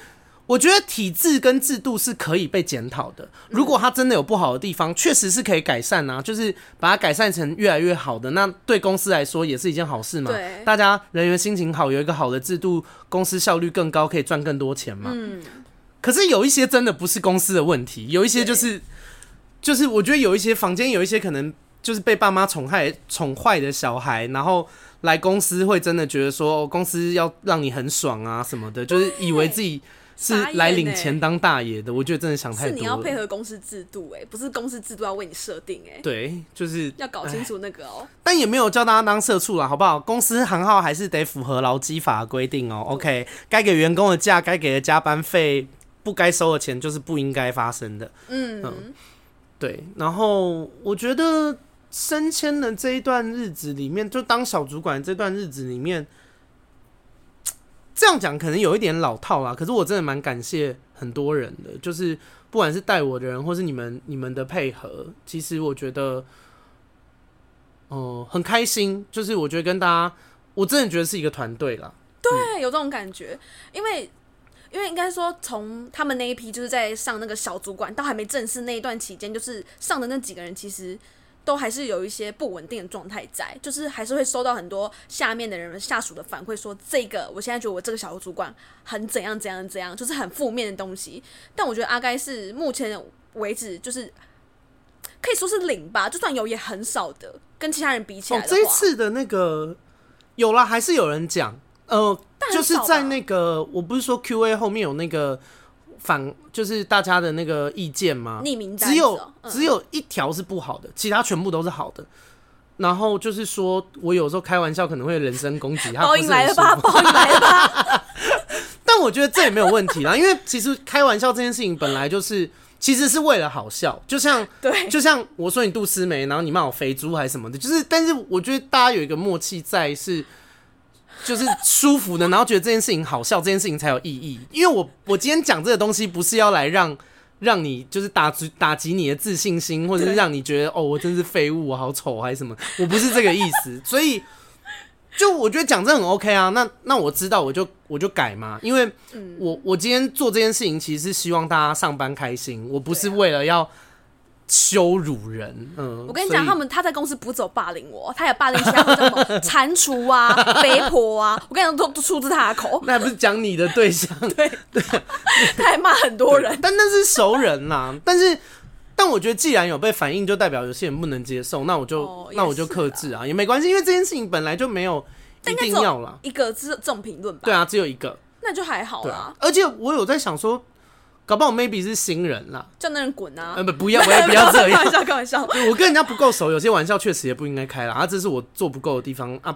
A: 我觉得体制跟制度是可以被检讨的。如果它真的有不好的地方，确实是可以改善啊，就是把它改善成越来越好的。那对公司来说也是一件好事嘛。
B: 对
A: 大家人员心情好，有一个好的制度，公司效率更高，可以赚更多钱嘛。
B: 嗯，
A: 可是有一些真的不是公司的问题，有一些就是就是我觉得有一些房间有一些可能就是被爸妈宠害宠坏的小孩，然后来公司会真的觉得说、哦、公司要让你很爽啊什么的，就是以为自己是
B: 傻眼
A: 来领
B: 欸
A: 钱当大爷的。我觉得真的想太
B: 是你要
A: 多
B: 配
A: 了。
B: 合公司制度、哎，不是公司制度要为你设定、哎，
A: 对，就是
B: 要搞清
A: 哎
B: 楚那个哦、
A: 但也没有叫大家当社畜啦，好不好？公司行号还是得符合劳基法的规定哦、OK，该给员工的假，该给的加班费，不该收的钱就是不应该发生的。
B: 嗯，
A: 对，然后我觉得升迁的这一段日子里面，就当小主管这段日子里面，这样讲可能有一点老套啦。可是我真的蛮感谢很多人的，就是不管是带我的人，或是你们你们的配合，其实我觉得，呃，很开心。就是我觉得跟大家，我真的觉得是一个团队啦。嗯
B: 对，有这种感觉，因为。因为应该说，从他们那一批就是在上那个小主管到还没正式那一段期间，就是上的那几个人，其实都还是有一些不稳定的状态在，就是还是会收到很多下面的人下属的反馈说，这个我现在觉得我这个小主管很怎样怎样怎样，就是很负面的东西。但我觉得阿该是目前为止就是可以说是零吧，就算有也很少的，跟其他人比起来
A: 哦
B: 的，话，
A: 这一次的那个有啦，还是有人讲，呃，
B: 但很
A: 就是
B: 少
A: 在
B: 吧
A: 那个，我不是说 Q A 后面有那个反，就是大家的那个意见吗？
B: 匿名单
A: 只有
B: 子哦嗯
A: 只有一条是不好的，其他全部都是好的。然后就是说，我有时候开玩笑可能会人身攻击，他
B: 报
A: 不
B: 应
A: 是很
B: 来
A: 舒
B: 了
A: 服。
B: 吧，报应来了吧。
A: 但我觉得这也没有问题啦，因为其实开玩笑这件事情本来就是，其实是为了好笑，就像
B: 对
A: 就像我说你杜思梅，然后你骂我肥猪还是什么的，就是，但是我觉得大家有一个默契在是。就是舒服的，然后觉得这件事情好笑，这件事情才有意义。因为我我今天讲这个东西，不是要来让让你就是打击打击你的自信心，或者是让你觉得哦，我真是废物，我好丑还是什么，我不是这个意思。所以就我觉得讲这很 OK 啊，那那我知道我就我就改嘛，因为我我今天做这件事情，其实是希望大家上班开心，我不是
B: 对啊
A: 为了要羞辱人，嗯，
B: 我跟你讲，
A: 所以
B: 他们他在公司不走霸凌我，他也霸凌其他什么蟾蜍啊、 肥婆啊，我跟你讲都都出自他的口，
A: 那还不是讲你的对象，
B: 他还骂很多人。
A: 但那是熟人 啦，但是。但我觉得，既然有被反应，就代表有些人不能接受，那我就、
B: 哦
A: 那我就
B: 也是
A: 克制啊，也没关系，因为这件事情本来就没有一定要啦。
B: 一个这这种评论吧，
A: 对啊，只有一个，
B: 那就还好
A: 对啊
B: 啦，。
A: 而且我有在想说，搞不好 maybe 是新人啦，
B: 叫那人滚啊
A: 呃，！不，不要，不要，不 要这
B: 开
A: 样
B: 玩。笑，开玩 笑。
A: 对我跟人家不够熟，有些玩笑确实也不应该开啦。啊，这是我做不够的地方啊，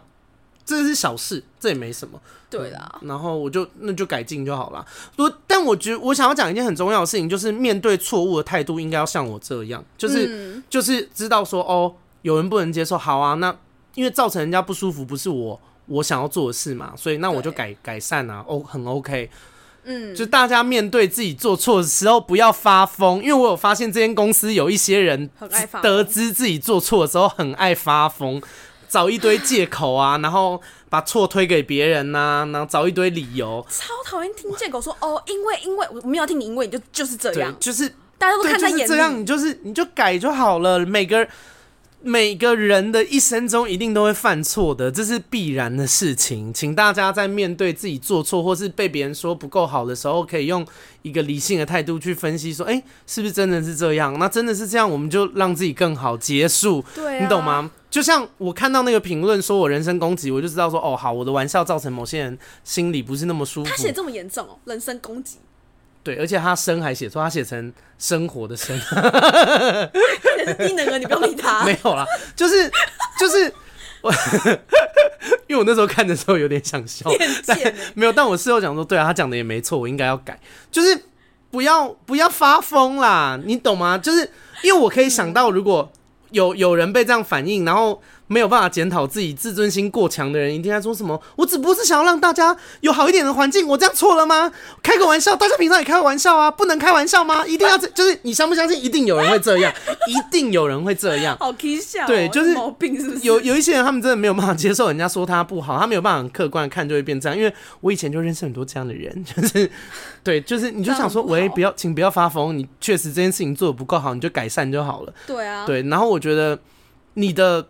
A: 这是小事，这也没什么。
B: 对啦，
A: 然后我就那就改进就好啦。我但我觉得我想要讲一件很重要的事情，就是面对错误的态度应该要像我这样，就是、
B: 嗯
A: 就是知道说哦，有人不能接受，好啊，那因为造成人家不舒服不是我我想要做的事嘛，所以那我就
B: 对
A: 改改善啊，哦，很 OK。嗯，就大家面对自己做错的时候不要发疯，因为我有发现这间公司有一些人
B: 很爱发疯
A: 得知自己做错的时候很爱发疯，找一堆借口啊，然后把错推给别人呐、然后找一堆理由，
B: 超讨厌听借口说哦，因为因为我没有听你，因为你就就是这
A: 对
B: 样，，
A: 就是
B: 大家都
A: 对，
B: 看在
A: 就是
B: 眼
A: 这样，
B: 里。
A: 你就是你就改就好了。每个每个人的一生中一定都会犯错的，这是必然的事情。请大家在面对自己做错或是被别人说不够好的时候，可以用一个理性的态度去分析，说，哎、是不是真的是这样？那真的是这样，我们就让自己更好，结束。
B: 对、啊，
A: 你懂？吗？就像我看到那个评论说我人身攻击，我就知道说哦，好，我的玩笑造成某些人心里不是那么舒服
B: 他。写这么严重哦，人身攻击，
A: 对，而且他生还写错，他写成生活的生。
B: 真是低能儿，你不要理他。
A: 没有啦，就是就是我， 因为我那时候看的时候有点想笑，
B: 很贱欸
A: 没有，但我事后讲说，对啊，他讲的也没错，我应该要改，就是不要不要发疯啦，你懂吗？就是因为我可以想到，如果有有人被这样反应，然后没有办法检讨自己，自尊心过强的人，一定在说什么？我只不过是想要让大家有好一点的环境，我这样错了吗？开个玩笑，大家平常也开个玩笑啊，不能开玩笑吗？一定要这，就是你相不相信？一定有人会这样，一定有人会这样。
B: 好搞笑哦、
A: 对就是
B: 有毛病是不 是？
A: 有有一些人，他们真的没有办法接受人家说他不好，他没有办法很客观的看，就会变这样。因为我以前就认识很多这样的人， 就是对，就是你就想说，
B: 这样很不好
A: 喂，不要，请不要发疯，你确实这件事情做的不够好，你就改善就好了。
B: 对啊，
A: 对，然后我觉得你的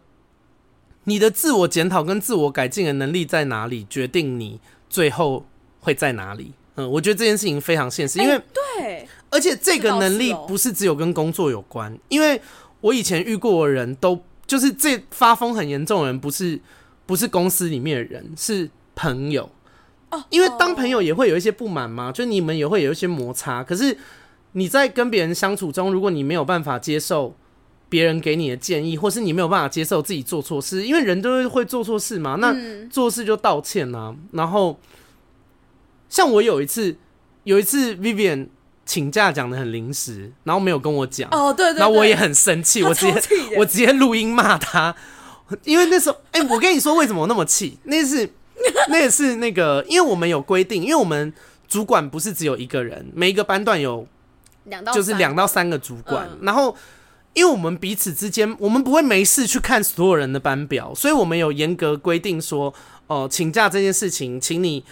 A: 你的自我检讨跟自我改进的能力在哪里，决定你最后会在哪里。嗯，我觉得这件事情非常现实，因为
B: 哎对，
A: 而且这个能
B: 这
A: 力
B: 倒是哦
A: 不是只有跟工作有关，因为我以前遇过的人都就是这发疯很严重的人，不是不是公司里面的人，是朋友。
B: 哦，
A: 因为当朋
B: 友、
A: 友也会有一些不满嘛，就你们也会有一些摩擦。可是你在跟别人相处中，如果你没有办法接受别人给你的建议，或是你没有办法接受自己做错事，因为人都会做错事嘛，那
B: 嗯
A: 做事就道歉啊。然后，像我有一次，有一次 Vivian 请假讲的很临时，然后没有跟我讲，
B: 哦，对对对，
A: 然后啊我也很生气，
B: 他
A: 我直接
B: 超气 的
A: 我直接录音骂他，因为那时候，哎、我跟你说为什么我那么气，那是那是那个，因为我们有规定，因为我们主管不是只有一个人，每一个班段有
B: 两到
A: 就是
B: 三
A: 两到三个主管，
B: 嗯
A: 然后因为我们彼此之间，我们不会没事去看所有人的班表，所以我们有严格规定说，哦、请假这件事情，请你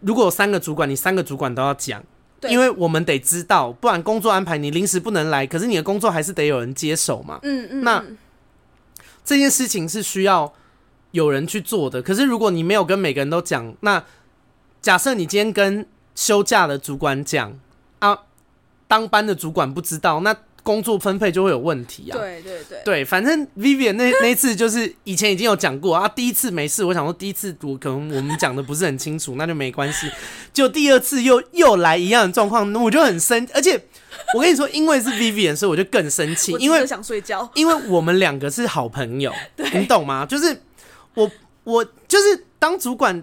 A: 如果有三个主管，你三个主管都要讲。
B: 对
A: 因为我们得知道，不然工作安排你临时不能来，可是你的工作还是得有人接手嘛。
B: 嗯嗯，
A: 那
B: 嗯
A: 这件事情是需要有人去做的。可是如果你没有跟每个人都讲，那假设你今天跟休假的主管讲啊，当班的主管不知道，那工作分配就会有问题啊。
B: 对对对，
A: 对，反正 Vivian 那那一次就是以前已经有讲过啊，第一次没事，我想说第一次我可能我们讲的不是很清楚，那 就没关系。就第二次又又来一样的状况，我就很生，而且我跟你说，因为是 Vivian，所以我就更生气，
B: 我
A: 因
B: 真
A: 为
B: 的想睡觉，
A: 哦因为我们两个是好朋友，你懂吗？就是我我就是当主管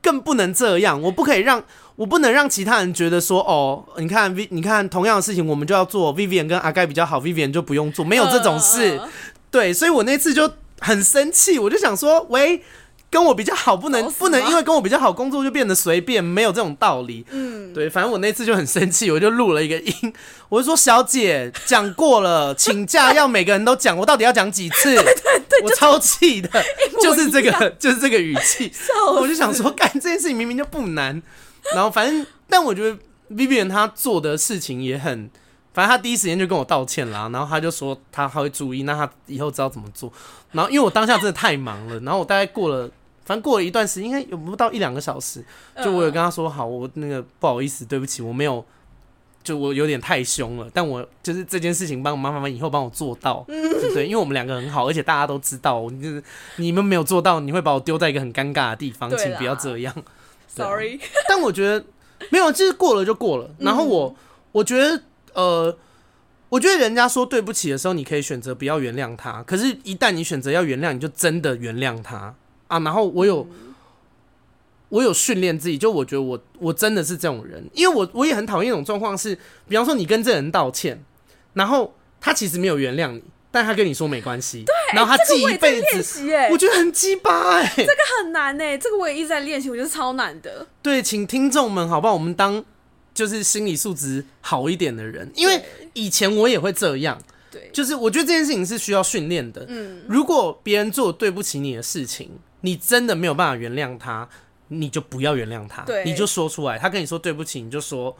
A: 更不能这样，我不可以让我不能让其他人觉得说哦，你看 V 你看同样的事情我们就要做，Vivian 跟阿盖比较好，Vivian 就不用做，没有这种事。
B: 呃
A: 对，所以我那次就很生气，我就想说，喂，跟我比较好，不能
B: 找死
A: 不能
B: 吗
A: 因为跟我比较好，工作就变得随便，没有这种道理。
B: 嗯，
A: 对，反正我那次就很生气，我就录了一个音， 我就说小姐讲过了，请假要每个人都讲，我到底要讲几 次？我超气的，
B: 一模
A: 就是这
B: 一样
A: 个， 就是这个语气。
B: 笑死
A: 我就想说，干这件事情明明就不难，然后反正，但我觉得 Vivian 她做的事情也很，反正她第一时间就跟我道歉啦，然后她就说她她会注意，那她以后知道怎么做。然后因为我当下真的太忙了，然后我大概过了，反正过了一段时间，应该有不到一两个小时，
B: 嗯
A: 就我有跟她说，好，我那个不好意思，对不起，我没有。就我有点太凶了，但我就是这件事情帮麻烦以后帮我做到，对不对？因为我们两个很好，而且大家都知道，你就是你们没有做到，你会把我丢在一个很尴尬的地方，
B: 对
A: 请
B: 啦
A: 不要这样。
B: ，sorry，
A: 但我觉得没有，就是过了就过了。然后
B: 嗯
A: 我、我觉得呃，我觉得人家说对不起的时候，你可以选择不要原谅他。可是，一旦你选择要原谅，你就真的原谅他啊。然后我有、
B: 嗯
A: 我有训练自己，就我觉得我我真的是这种人，因为我我也很讨厌一种状况是，比方说你跟这人道歉，然后他其实没有原谅你，但他跟你说没关系，对，然后他
B: 这
A: 记
B: 个我
A: 一
B: 也在
A: 辈子，
B: 练习哎，
A: 我觉得很鸡巴哎、
B: 这个很难哎、这个我也一直在练习，我觉得超难的。
A: 对，请听众们好不好？我们当就是心理素质好一点的人，因为以前我也会这样，
B: 对，
A: 就是我觉得这件事情是需要训练的。嗯，如果别人做对不起你的事情，你真的没有办法原谅他，你就不要原谅他，
B: 对
A: 你就说出来。他跟你说对不起，你就说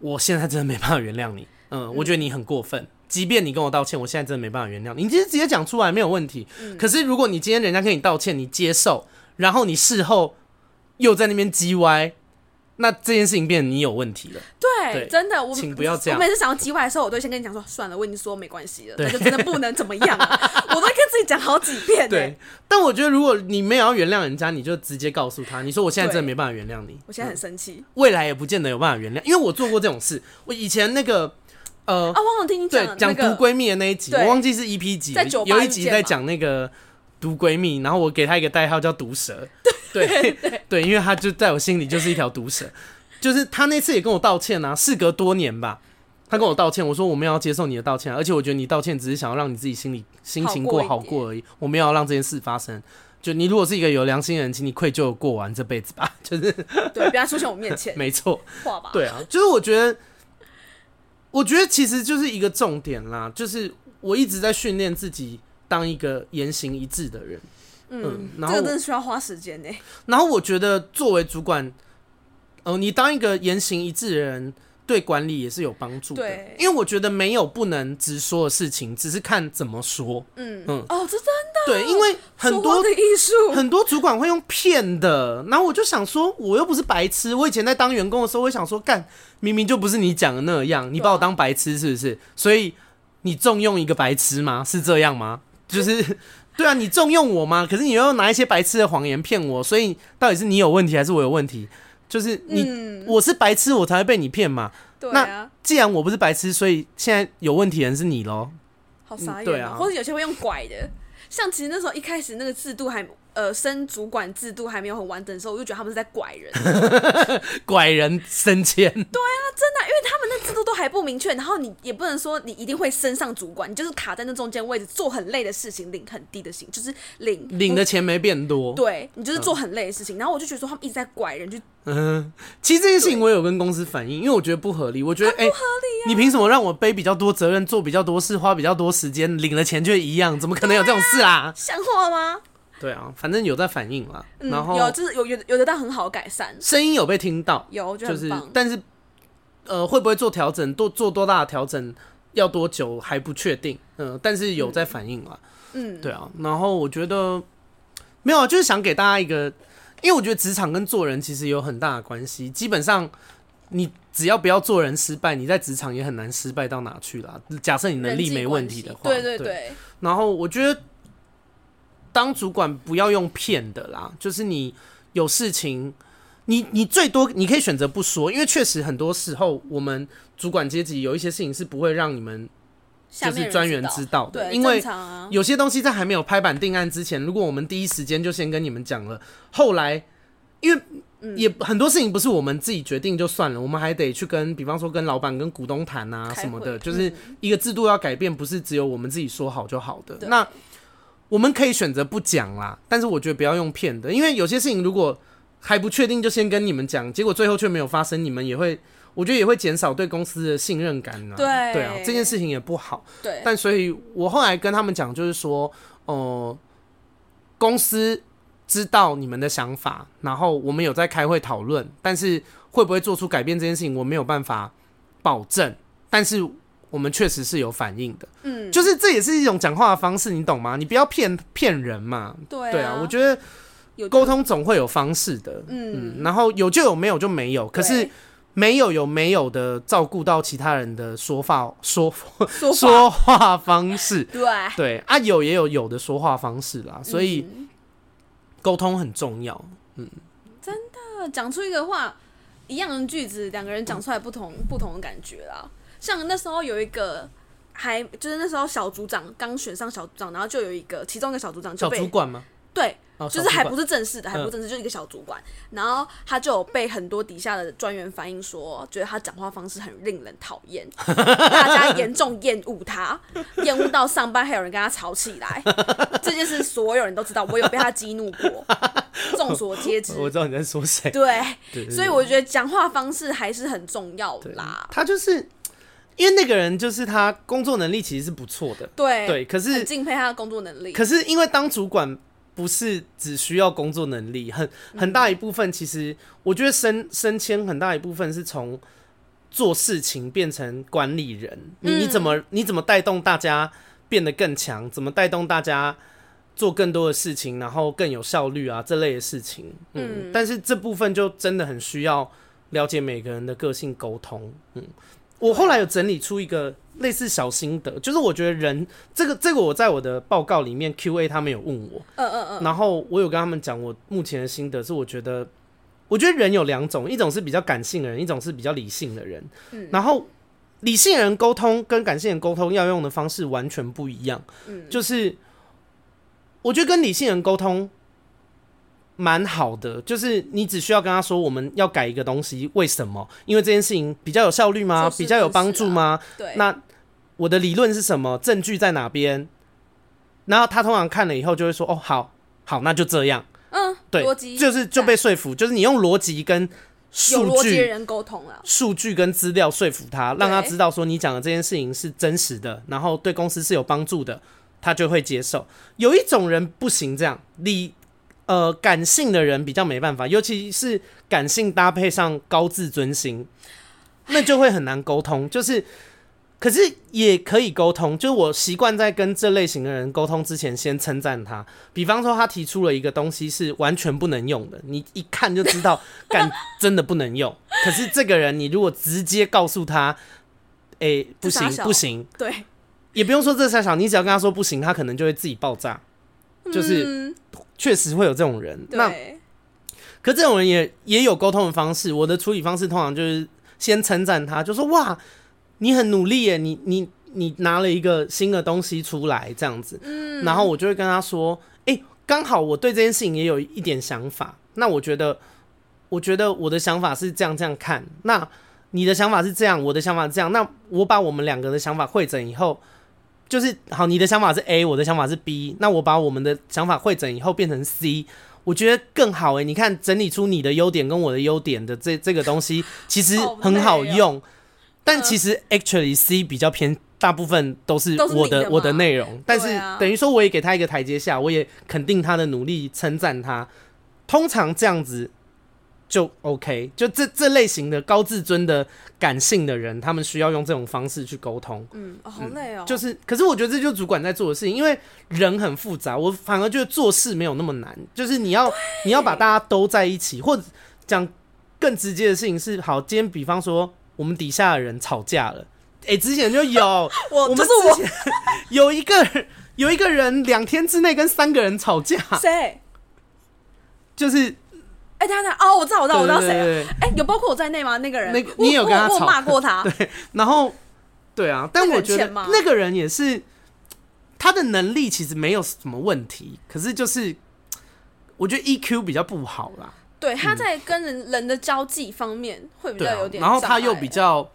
A: 我现在真的没办法原谅你。嗯，我觉得你很过分。即便你跟我道歉，我现在真的没办法原谅你，你直接直接讲出来没有问题。可是如果你今天人家跟你道歉，你接受，然后你事后又在那边叽歪，那这件事情变得你有问题了。
B: 对，
A: 对
B: 真的，我
A: 请不要这样
B: 我每次想要叽歪的时候，我都先跟你讲说，算了，我已经说没关系了，
A: 对
B: 那就真的不能怎么 样啊，我都会跟自己讲好几遍、欸。
A: 对，，但我觉得如果你没有要原谅人家，你就直接告诉他，你说我现在真的
B: 对
A: 没办法原谅你，
B: 我现在很生气、
A: 未来也不见得有办法原谅，因为我做过这种事。我以前那个呃，
B: 啊，我好像听你
A: 对
B: 了，
A: 讲
B: 那
A: 毒
B: 个
A: 闺蜜的那一集，
B: 对
A: 我忘记是 EP 几
B: 在
A: 了
B: 酒，吧
A: 有一
B: 遇
A: 集
B: 见
A: 在
B: 嘛
A: 讲那个毒闺蜜，然后我给她一个代号叫毒蛇，对 对，因为她就在我心里就是一条毒蛇，就是她那次也跟我道歉啊，事隔多年吧。她跟我道歉，我说我没有要接受你的道歉啊、而且我觉得你道歉只是想要让你自己心里心情过好
B: 好过一点
A: 过而已，我没有要让这件事发生。就你如果是一个有良心的人，请你愧疚地过完这辈子吧， 就是
B: 对，不要出现我 面前
A: 没错。
B: 话吧。
A: 对啊，就是我觉得，我觉得其实就是一个重点啦，就是我一直在训练自己当一个言行一致的人。嗯
B: 嗯，
A: 然
B: 这
A: 后
B: 个真的需要花时间呢、
A: 然后我觉得作为主管，呃，你当一个言行一致的人，对管理也是有帮助的
B: 对。
A: 因为我觉得没有不能直说的事情，只是看怎么说。
B: 嗯
A: 嗯
B: 哦，这真的
A: 对，因为很
B: 说
A: 多
B: 话的艺术，
A: 很多主管会用骗的，然后我就想说，我又不是白痴，我以前在当员工的时候，我会想说，干，明明就不是你讲的那样，你把我当白痴是不是？所以你重用一个白痴吗？是这样 吗？就是对啊，你重用我吗？可是你又拿一些白痴的谎言骗我，所以到底是你有问题还是我有问题？就是你，
B: 嗯，
A: 我是白痴，我才会被你骗嘛。
B: 对
A: 那
B: 啊，
A: 既然我不是白痴，所以现在有问题的人是你喽。
B: 好傻眼、哦
A: 对啊
B: 或者有些会用拐的，像其实那时候一开始那个制度还呃升主管制度还没有很完整的时候，我就觉得他们是在拐 人，真的，
A: 拐人升迁，
B: 啊因为他们那制度都还不明确，然后你也不能说你一定会升上主管，你就是卡在那中间位置，做很累的事情，领很低的薪，就是领嗯
A: 领嗯的钱没变多。
B: 对啊你就是做很累的事情，然后我就觉得说他们一直在拐人，就
A: 嗯，其实这件事情我有跟公司反映，因为我觉得不合理。我
B: 啊
A: 觉得，哎、你凭什么让我背比较多责任，做比较多事，花比较多时间，领了钱却一样？怎么可能有这种事啊？
B: 像话吗？
A: 对啊，反正有在反映啦。
B: 嗯，
A: 然后
B: 有就是有有有得到很好的改善，
A: 声音有被听到，
B: 有我觉得
A: 就
B: 很
A: 是
B: 棒，，
A: 但是呃，会不会做调整，多做多大的调整，要多久还不确定。嗯、但是有在反映啦。
B: 嗯，
A: 对啊，然后我觉得没有啊，就是想给大家一个，因为我觉得职场跟做人其实有很大的关系。基本上，你只要不要做人失败，你在职场也很难失败到哪去啦。假设你能力
B: 人际
A: 没
B: 关
A: 问题
B: 系
A: 的话，
B: 对对对，
A: 然后我觉得当主管不要用骗的啦，就是你有事情，你你最多你可以选择不说，因为确实很多时候我们主管阶级有一些事情是不会让你们
B: 下
A: 就
B: 面
A: 是
B: 人
A: 专员知道的，
B: 对，
A: 因为
B: 正常啊，
A: 有些东西在还没有拍板定案之前，如果我们第一时间就先跟你们讲了，后来因为
B: 嗯
A: 也很多事情不是我们自己决定就算了，我们还得去跟，比方说跟老板、跟股东谈啊
B: 开
A: 什么
B: 会嗯
A: 的，就是一个制度要改变，不是只有我们自己说好就好的。
B: 对
A: 那我们可以选择不讲啦，但是我觉得不要用骗的，因为有些事情如果还不确定就先跟你们讲，结果最后却没有发生，你们也会，我觉得也会减少对公司的信任感啊。
B: 对
A: 对啊，这件事情也不好。
B: 对，
A: 但所以我后来跟他们讲，就是说，呃，公司知道你们的想法，然后我们有在开会讨论，但是会不会做出改变这件事情，我没有办法保证，但是我们确实是有反应的，
B: 嗯，
A: 就是这也是一种讲话的方式，你懂吗？你不要骗骗人嘛。
B: 对
A: 对啊，我
B: 得
A: 觉得
B: 有
A: 沟通总会有方式的，
B: 嗯
A: 嗯，然后有就有，没有就没有，可是
B: 对。
A: 没有有没有的照顾到其他人的说法说
B: 说。
A: 说话方式
B: 对，
A: 对啊，有也有有的说话方式啦，所以
B: 嗯
A: 沟通很重要。
B: 那讲出一个话，一样的句子，两个人讲出来不同、不同的感觉啦。像那时候有一个。还就是那时候小组长刚选上小组长，然后就有一个其中一个小组长就
A: 小
B: 被
A: 主管吗？嗯
B: 对
A: 哦
B: 就是还不是正式的，还不是正式，就是一个小主管。然后他就有被很多底下的专员反映说，觉得他讲话方式很令人讨 厌，大家严重厌恶他，厌恶到上班还有人跟他吵起来。这件事所有人都知道，我有被他激怒过，众所皆知。
A: 我知道你在说谁。对
B: 对，
A: 对
B: 所以我觉得讲话方式还是很重要啦。
A: 他就是因为那个人，就是他工作能力其实是不错的，
B: 对
A: 对，可
B: 很
A: 是
B: 敬佩他的工作能力。
A: 可是因为当主管不是只需要工作能力，很很大一部分其实我觉得升升迁很大一部分是从做事情变成管理人，你你怎么你怎么带动大家变得更强，怎么带动大家。做更多的事情，然后更有效率啊，这类的事情，嗯，但是这部分就真的很需要了解每个人的个性沟通，嗯，我后来有整理出一个类似小心得，就是我觉得人这个这个我在我的报告里面 Q A 他们有问我，
B: 嗯嗯嗯，
A: 然后我有跟他们讲我目前的心得是，我觉得我觉得人有两种，一种是比较感性的人，一种是比较理性的人，
B: 嗯
A: 然后。理性人沟通跟感性人沟通要用的方式完全不一样，
B: 嗯
A: 就是我觉得跟理性人沟通蛮好的，就是你只需要跟他说我们要改一个东西，为什么？因为这件事情比较有效率吗？
B: 做事
A: 比较有
B: 做事
A: 帮助
B: 啊
A: 吗？
B: 对，
A: 那我的理论是什么？证据在哪边？然后他通常看了以后就会说：“哦，好，好，那就这样。
B: 嗯”，
A: 对
B: 逻，辑
A: 就是就被说服，就是你用逻辑跟
B: 有
A: 数
B: 逻辑的
A: 据、
B: 人沟通了。
A: 数据跟资料说服他，让他
B: 对
A: 知道说你讲的这件事情是真实的，然后对公司是有帮助的，他就会接受。有一种人不行这样，理呃感性的人比较没办法，尤其是感性搭配上高自尊心，那就会很难沟通。就是，可是也可以沟通。就是我习惯在跟这类型的人沟通之前，先称赞他。比方说，他提出了一个东西是完全不能用的，你一看就知道，干 真的不能用。可是这个人，你如果直接告诉他，哎、不
B: 这
A: 行
B: 傻小
A: 不行，
B: 对，
A: 也不用说这三小，你只要跟他说不行，他可能就会自己爆炸。就是
B: 嗯
A: 确实会有这种人，那
B: 对，
A: 可这种人也也有沟通的方式。我的处理方式通常就是先称赞他，就说哇，你很努力耶，你你你拿了一个新的东西出来这样子，嗯，然后我就会跟他说，哎、刚好我对这件事情也有一点想法，那我觉得，我觉得我的想法是这样这样看，那你的想法是这样，我的想法是这样，那我把我们两个的想法汇整以后。就是好，你的想法是 A，我的想法是 B，那我把我们的想法汇整以后变成 C，我觉得更好哎、你看，整理出你的优点跟我的优点的这这个东西，其实
B: 好累
A: 很好
B: 哦
A: 用。但
B: 嗯
A: 其实 actually C 比较偏，大部分都是
B: 都是
A: 我
B: 你的
A: 我的
B: 嘛
A: 内容。但是
B: 啊
A: 等于说，我也给他一个台阶下，我也肯定他的努力，称赞他。通常这样子就 OK。就这这类型的高自尊的感性的人，他们需要用这种方式去沟通。
B: 嗯，哦好累哦，
A: 就是，可是我觉得这就是主管在做的事情，因为人很复杂，我反而觉得做事没有那么难，就是你要你要把大家都在一起，或者讲更直接的事情是，好，今天比方说我们底下的人吵架了，哎、之前就 有，
B: 我
A: 们
B: 就
A: 之
B: 是我
A: 前有一个人有一个人两天之内跟三个人吵架，
B: 谁？
A: 就是
B: 哎，等一下等一下，哦，我知道，我知道，我知道
A: 对对
B: 谁了。
A: 对对
B: 哎，有包括我在内吗？那个人，
A: 那个
B: 我
A: 你有跟他
B: 我我
A: 吵
B: 骂 过他，
A: 然后，对啊，但
B: 那个
A: 我
B: 很
A: 觉得
B: 欠骂
A: 那个人也是他的能力其实没有什么问题，可是就是我觉得 EQ 比较不好啦，
B: 对，他在跟人人的交际方面会
A: 嗯
B: 比
A: 对
B: 较
A: 啊
B: 有，点
A: 然
B: 障碍，
A: 后他又比较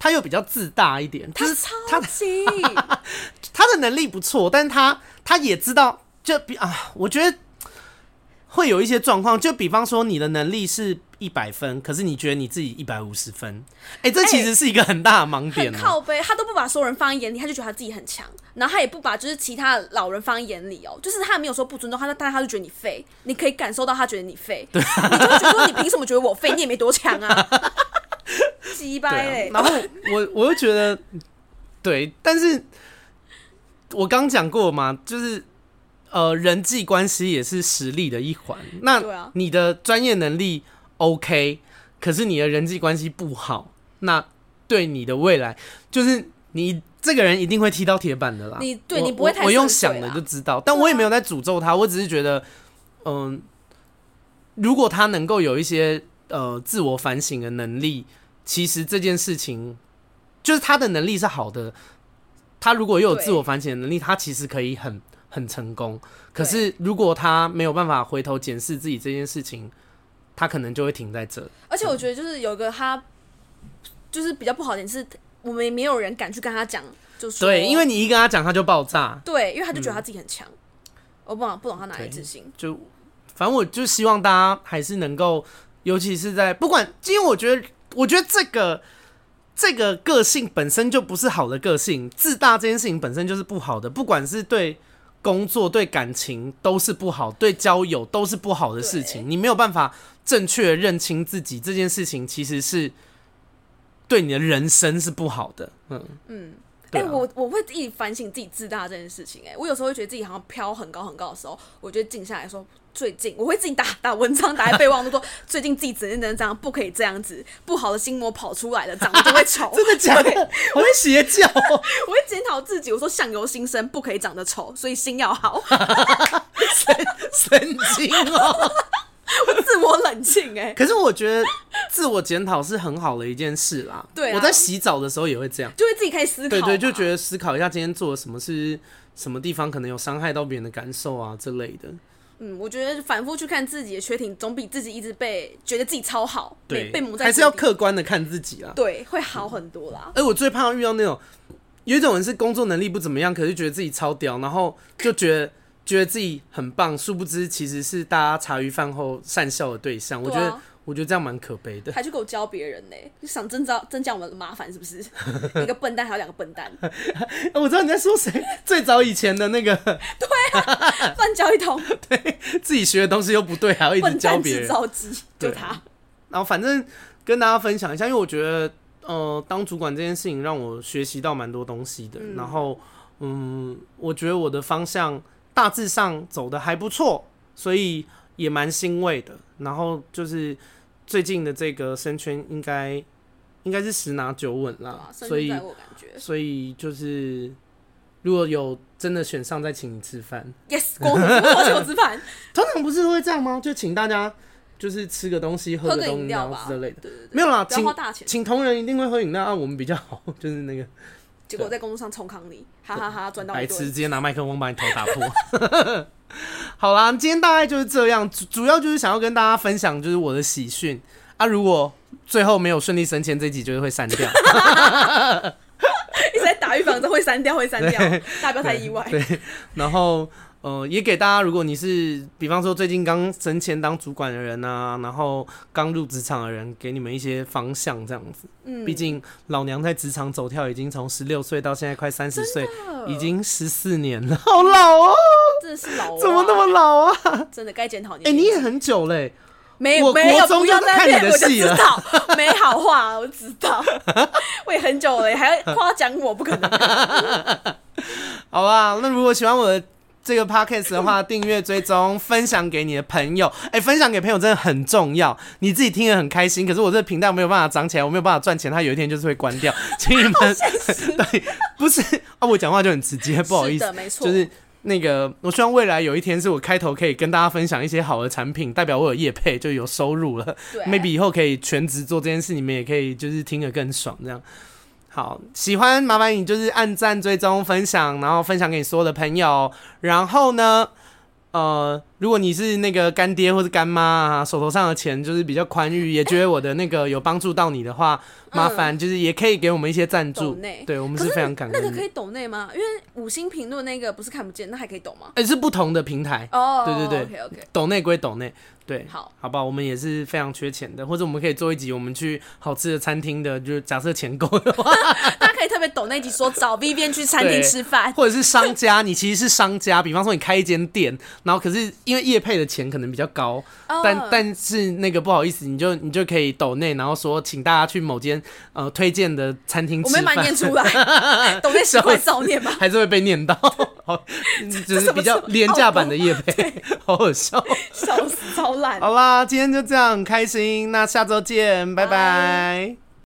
A: 他又比较自大一点，
B: 他
A: 就是
B: 超
A: 他
B: 级，
A: 他的能力不错，但他他也知道，就比啊，我觉得会有一些状况，就比方说你的能力是。一百分，可是你觉得你自己一百五十分，哎、这其实是一个很大的盲
B: 很
A: 点、哦。
B: 靠背，他都不把所有人放在眼里，他就觉得他自己很强，然后他也不把就是其他老人放在眼里哦，就是他没有说不尊重他，但他就觉得你废，你可以感受到他觉得你废，你就会觉得说你凭什么觉得我废？你也没多强 啊，鸡掰
A: 对
B: 嘞
A: 啊，！然后我我又觉得，对，但是我刚讲过嘛，就是呃，人际关系也是实力的一环。
B: 对
A: 那
B: 啊
A: 你的专业能力 OK，可是你的人际关系不好，那对你的未来，就是你这个人一定会踢到铁板的啦。
B: 你对
A: 我
B: 你不会
A: 我
B: 太
A: 我用
B: 顺
A: 想
B: 遂
A: 的
B: 啦
A: 就知道，但我也
B: 对啊
A: 没有在诅咒他，我只是觉得，嗯、如果他能够有一些呃自我反省的能力，其实这件事情就是他的能力是好的。他如果又有
B: 对
A: 自我反省的能力，他其实可以很很成功。可是如果他没有办法回头检视自己这件事情，他可能就会停在这。
B: 而且我觉得就是有一个他，就是比较不好的点是，我们也没有人敢去跟他讲，就说
A: 对，因为你一跟他讲，他就爆炸。
B: 对，因为他就觉得他自己很强。我不懂不懂他哪来自信，
A: 就反正我就希望大家还是能够，尤其是在不管，因为我觉得，我觉得这个这个个性本身就不是好的个性，自大这件事情本身就是不好的，不管是对工作、对感情都是不好，对交友都是不好的事情。你没有办法正确地认清自己这件事情，其实是对你的人生是不好的。嗯，
B: 哎、
A: 对啊
B: 我我会自己反省自己自大这件事情、哎，我有时候会觉得自己好像飘很高很高的时候，我就静下来说，最近我会自己打打文章，打在备忘录 说，最近自己只能这样，不可以这样子，不好的心魔跑出来了，长得就会丑。
A: 真的假的？好像邪教哦、
B: 我会检讨自己，我说相由心生，不可以长得丑，所以心要好，
A: 神经哦、
B: 我自我冷静、哎，
A: 可是我觉得自我检讨是很好的一件事啦。
B: 对啊
A: 我在洗澡的时候也会这样。
B: 就会自己开始思考
A: 对
B: 嘛，
A: 对，就觉得思考一下今天做了什么事，什么地方可能有伤害到别人的感受啊之类的。
B: 嗯，我觉得反复去看自己的缺点，总比自己一直被觉得自己超好，被
A: 对，
B: 被蒙在
A: 还是要
B: 鼓里，
A: 客观的看自己啦。
B: 对，会好很多啦。
A: 哎，我最怕遇到那种有一种人是工作能力不怎么样，可是觉得自己超屌，然后就觉得。觉得自己很棒，殊不知其实是大家茶余饭后讪笑的对象。我
B: 对
A: 觉
B: 啊
A: 得，我觉得这样蛮可悲的。
B: 还去给我教别人呢、就想增加增加我们的麻烦是不是？一个笨蛋还有两个笨蛋，
A: 我知道你在说谁，最早以前的那个
B: 乱教 一通，
A: 自己学的东西又不对，还要一直
B: 笨
A: 教
B: 蛋
A: 别
B: 制
A: 人。
B: 造机，就
A: 对啊
B: 他。
A: 然后反正跟大家分享一下，因为我觉得，呃，当主管这件事情让我学习到蛮多东西的。然后，嗯，我觉得我的方向大致上走的还不错，所以也蛮欣慰的。然后就是最近的这个升圈应该应该是十拿九稳啦，
B: 哇，
A: 所
B: 胜利
A: 以
B: 啊在我感觉
A: 所以就是如果有真的选上，再请你吃饭。
B: ，yes，国 火国球之饭，
A: 通常不是都会这样吗？就请大家就是吃个东西、喝
B: 喝个
A: 东
B: 饮
A: 西
B: 料
A: 然
B: 吧
A: 后之类的。
B: 对对对，
A: 没有啦，
B: 不要
A: 请
B: 花大钱。
A: 请同仁一定会喝饮料啊，我们比较好， 就是那个
B: 结果我在工作上冲康你，哈哈哈，赚到
A: 白
B: 一
A: 痴直
B: 顿。
A: 接拿麦克风把你头打破。 好啦，今天大概就是这样，主主要就是想要跟大家分享就是我的喜讯啊。如果最后没有顺利升迁，这一集就是会删掉。
B: 一直在打预防针，会删掉，会删 掉，大家不要太意外。
A: 然后呃，也给大家，如果你是比方说最近刚升迁当主管的人啊，然后刚入职场的人，给你们一些方向这样子。嗯，毕竟老娘在职场走跳已经从十六岁到现在快三十岁，已经十四年了，好老哦，
B: 真的是老王，
A: 怎么那么老啊？
B: 真的该检讨你。
A: 哎、你也很久嘞、
B: 没有
A: 我
B: 没有
A: 国中
B: 不要
A: 就
B: 在那
A: 看你
B: 边
A: 的
B: 我就
A: 戏
B: 知
A: 了
B: 道没好话，我知道。我也很久了，还要夸奖我，不可能。
A: 好吧，那如果喜欢我的这个 podcast 的 话，订阅、追踪、分享给你的朋友。哎、分享给朋友真的很重要。你自己听得很开心，可是我这个频道没有办法长起来，我没有办法赚钱，它有一天就是会关 掉。请你们 对，不是啊，我讲话就很直接， 不好意
B: 是
A: 思
B: 的，，没错，
A: 就是。那个，我希望未来有一天是我开头可以跟大家分享一些好的产品，代表我有业配就有收入了。
B: 对啊
A: maybe 以后可以全职做这件事，你们也可以就是听得更爽这样。好，喜欢麻烦你就是按赞、追踪、分享，然后分享给你所有的朋友。然后呢，呃，如果你是那个干爹或是干妈啊，手头上的钱就是比较宽裕，也觉得我的那个有帮助到你的话，麻烦就是也可以给我们一些赞助
B: 嗯抖内，
A: 对我们
B: 可
A: 非常感
B: 那个
A: 恩
B: 可
A: 的。
B: 以抖内吗？因为五星评论那个不是看不见，那还可以抖吗？
A: 哎、是不同的平台，
B: 哦，
A: 对对对
B: ，OK OK，
A: 抖内归抖内，对，
B: 好，
A: 好吧，我们也是非常缺钱的，或者我们可以做一集，我们去好吃的餐厅的，就是假设钱够的话，
B: 大家可以特别抖那集说找 Vivian 去 餐厅
A: 对
B: 吃饭，
A: 或者是商家，你其实是商家，比方说你开一间店，然后可是因为业配的钱可能比较高，
B: 哦
A: 但但是那个不好意思，你就你就可以抖内，然后说请大家去某间呃推荐的餐厅
B: 我
A: 吃
B: 没把你
A: 饭
B: 念。出来，抖内十块少念吧
A: 。还是会被念到， 好，就是比较廉价
B: 哦
A: 版的业配， 好好笑。
B: 笑死，超烂。
A: 哦好啦，今天就这样，很开心，那下周见，拜
B: 拜
A: 拜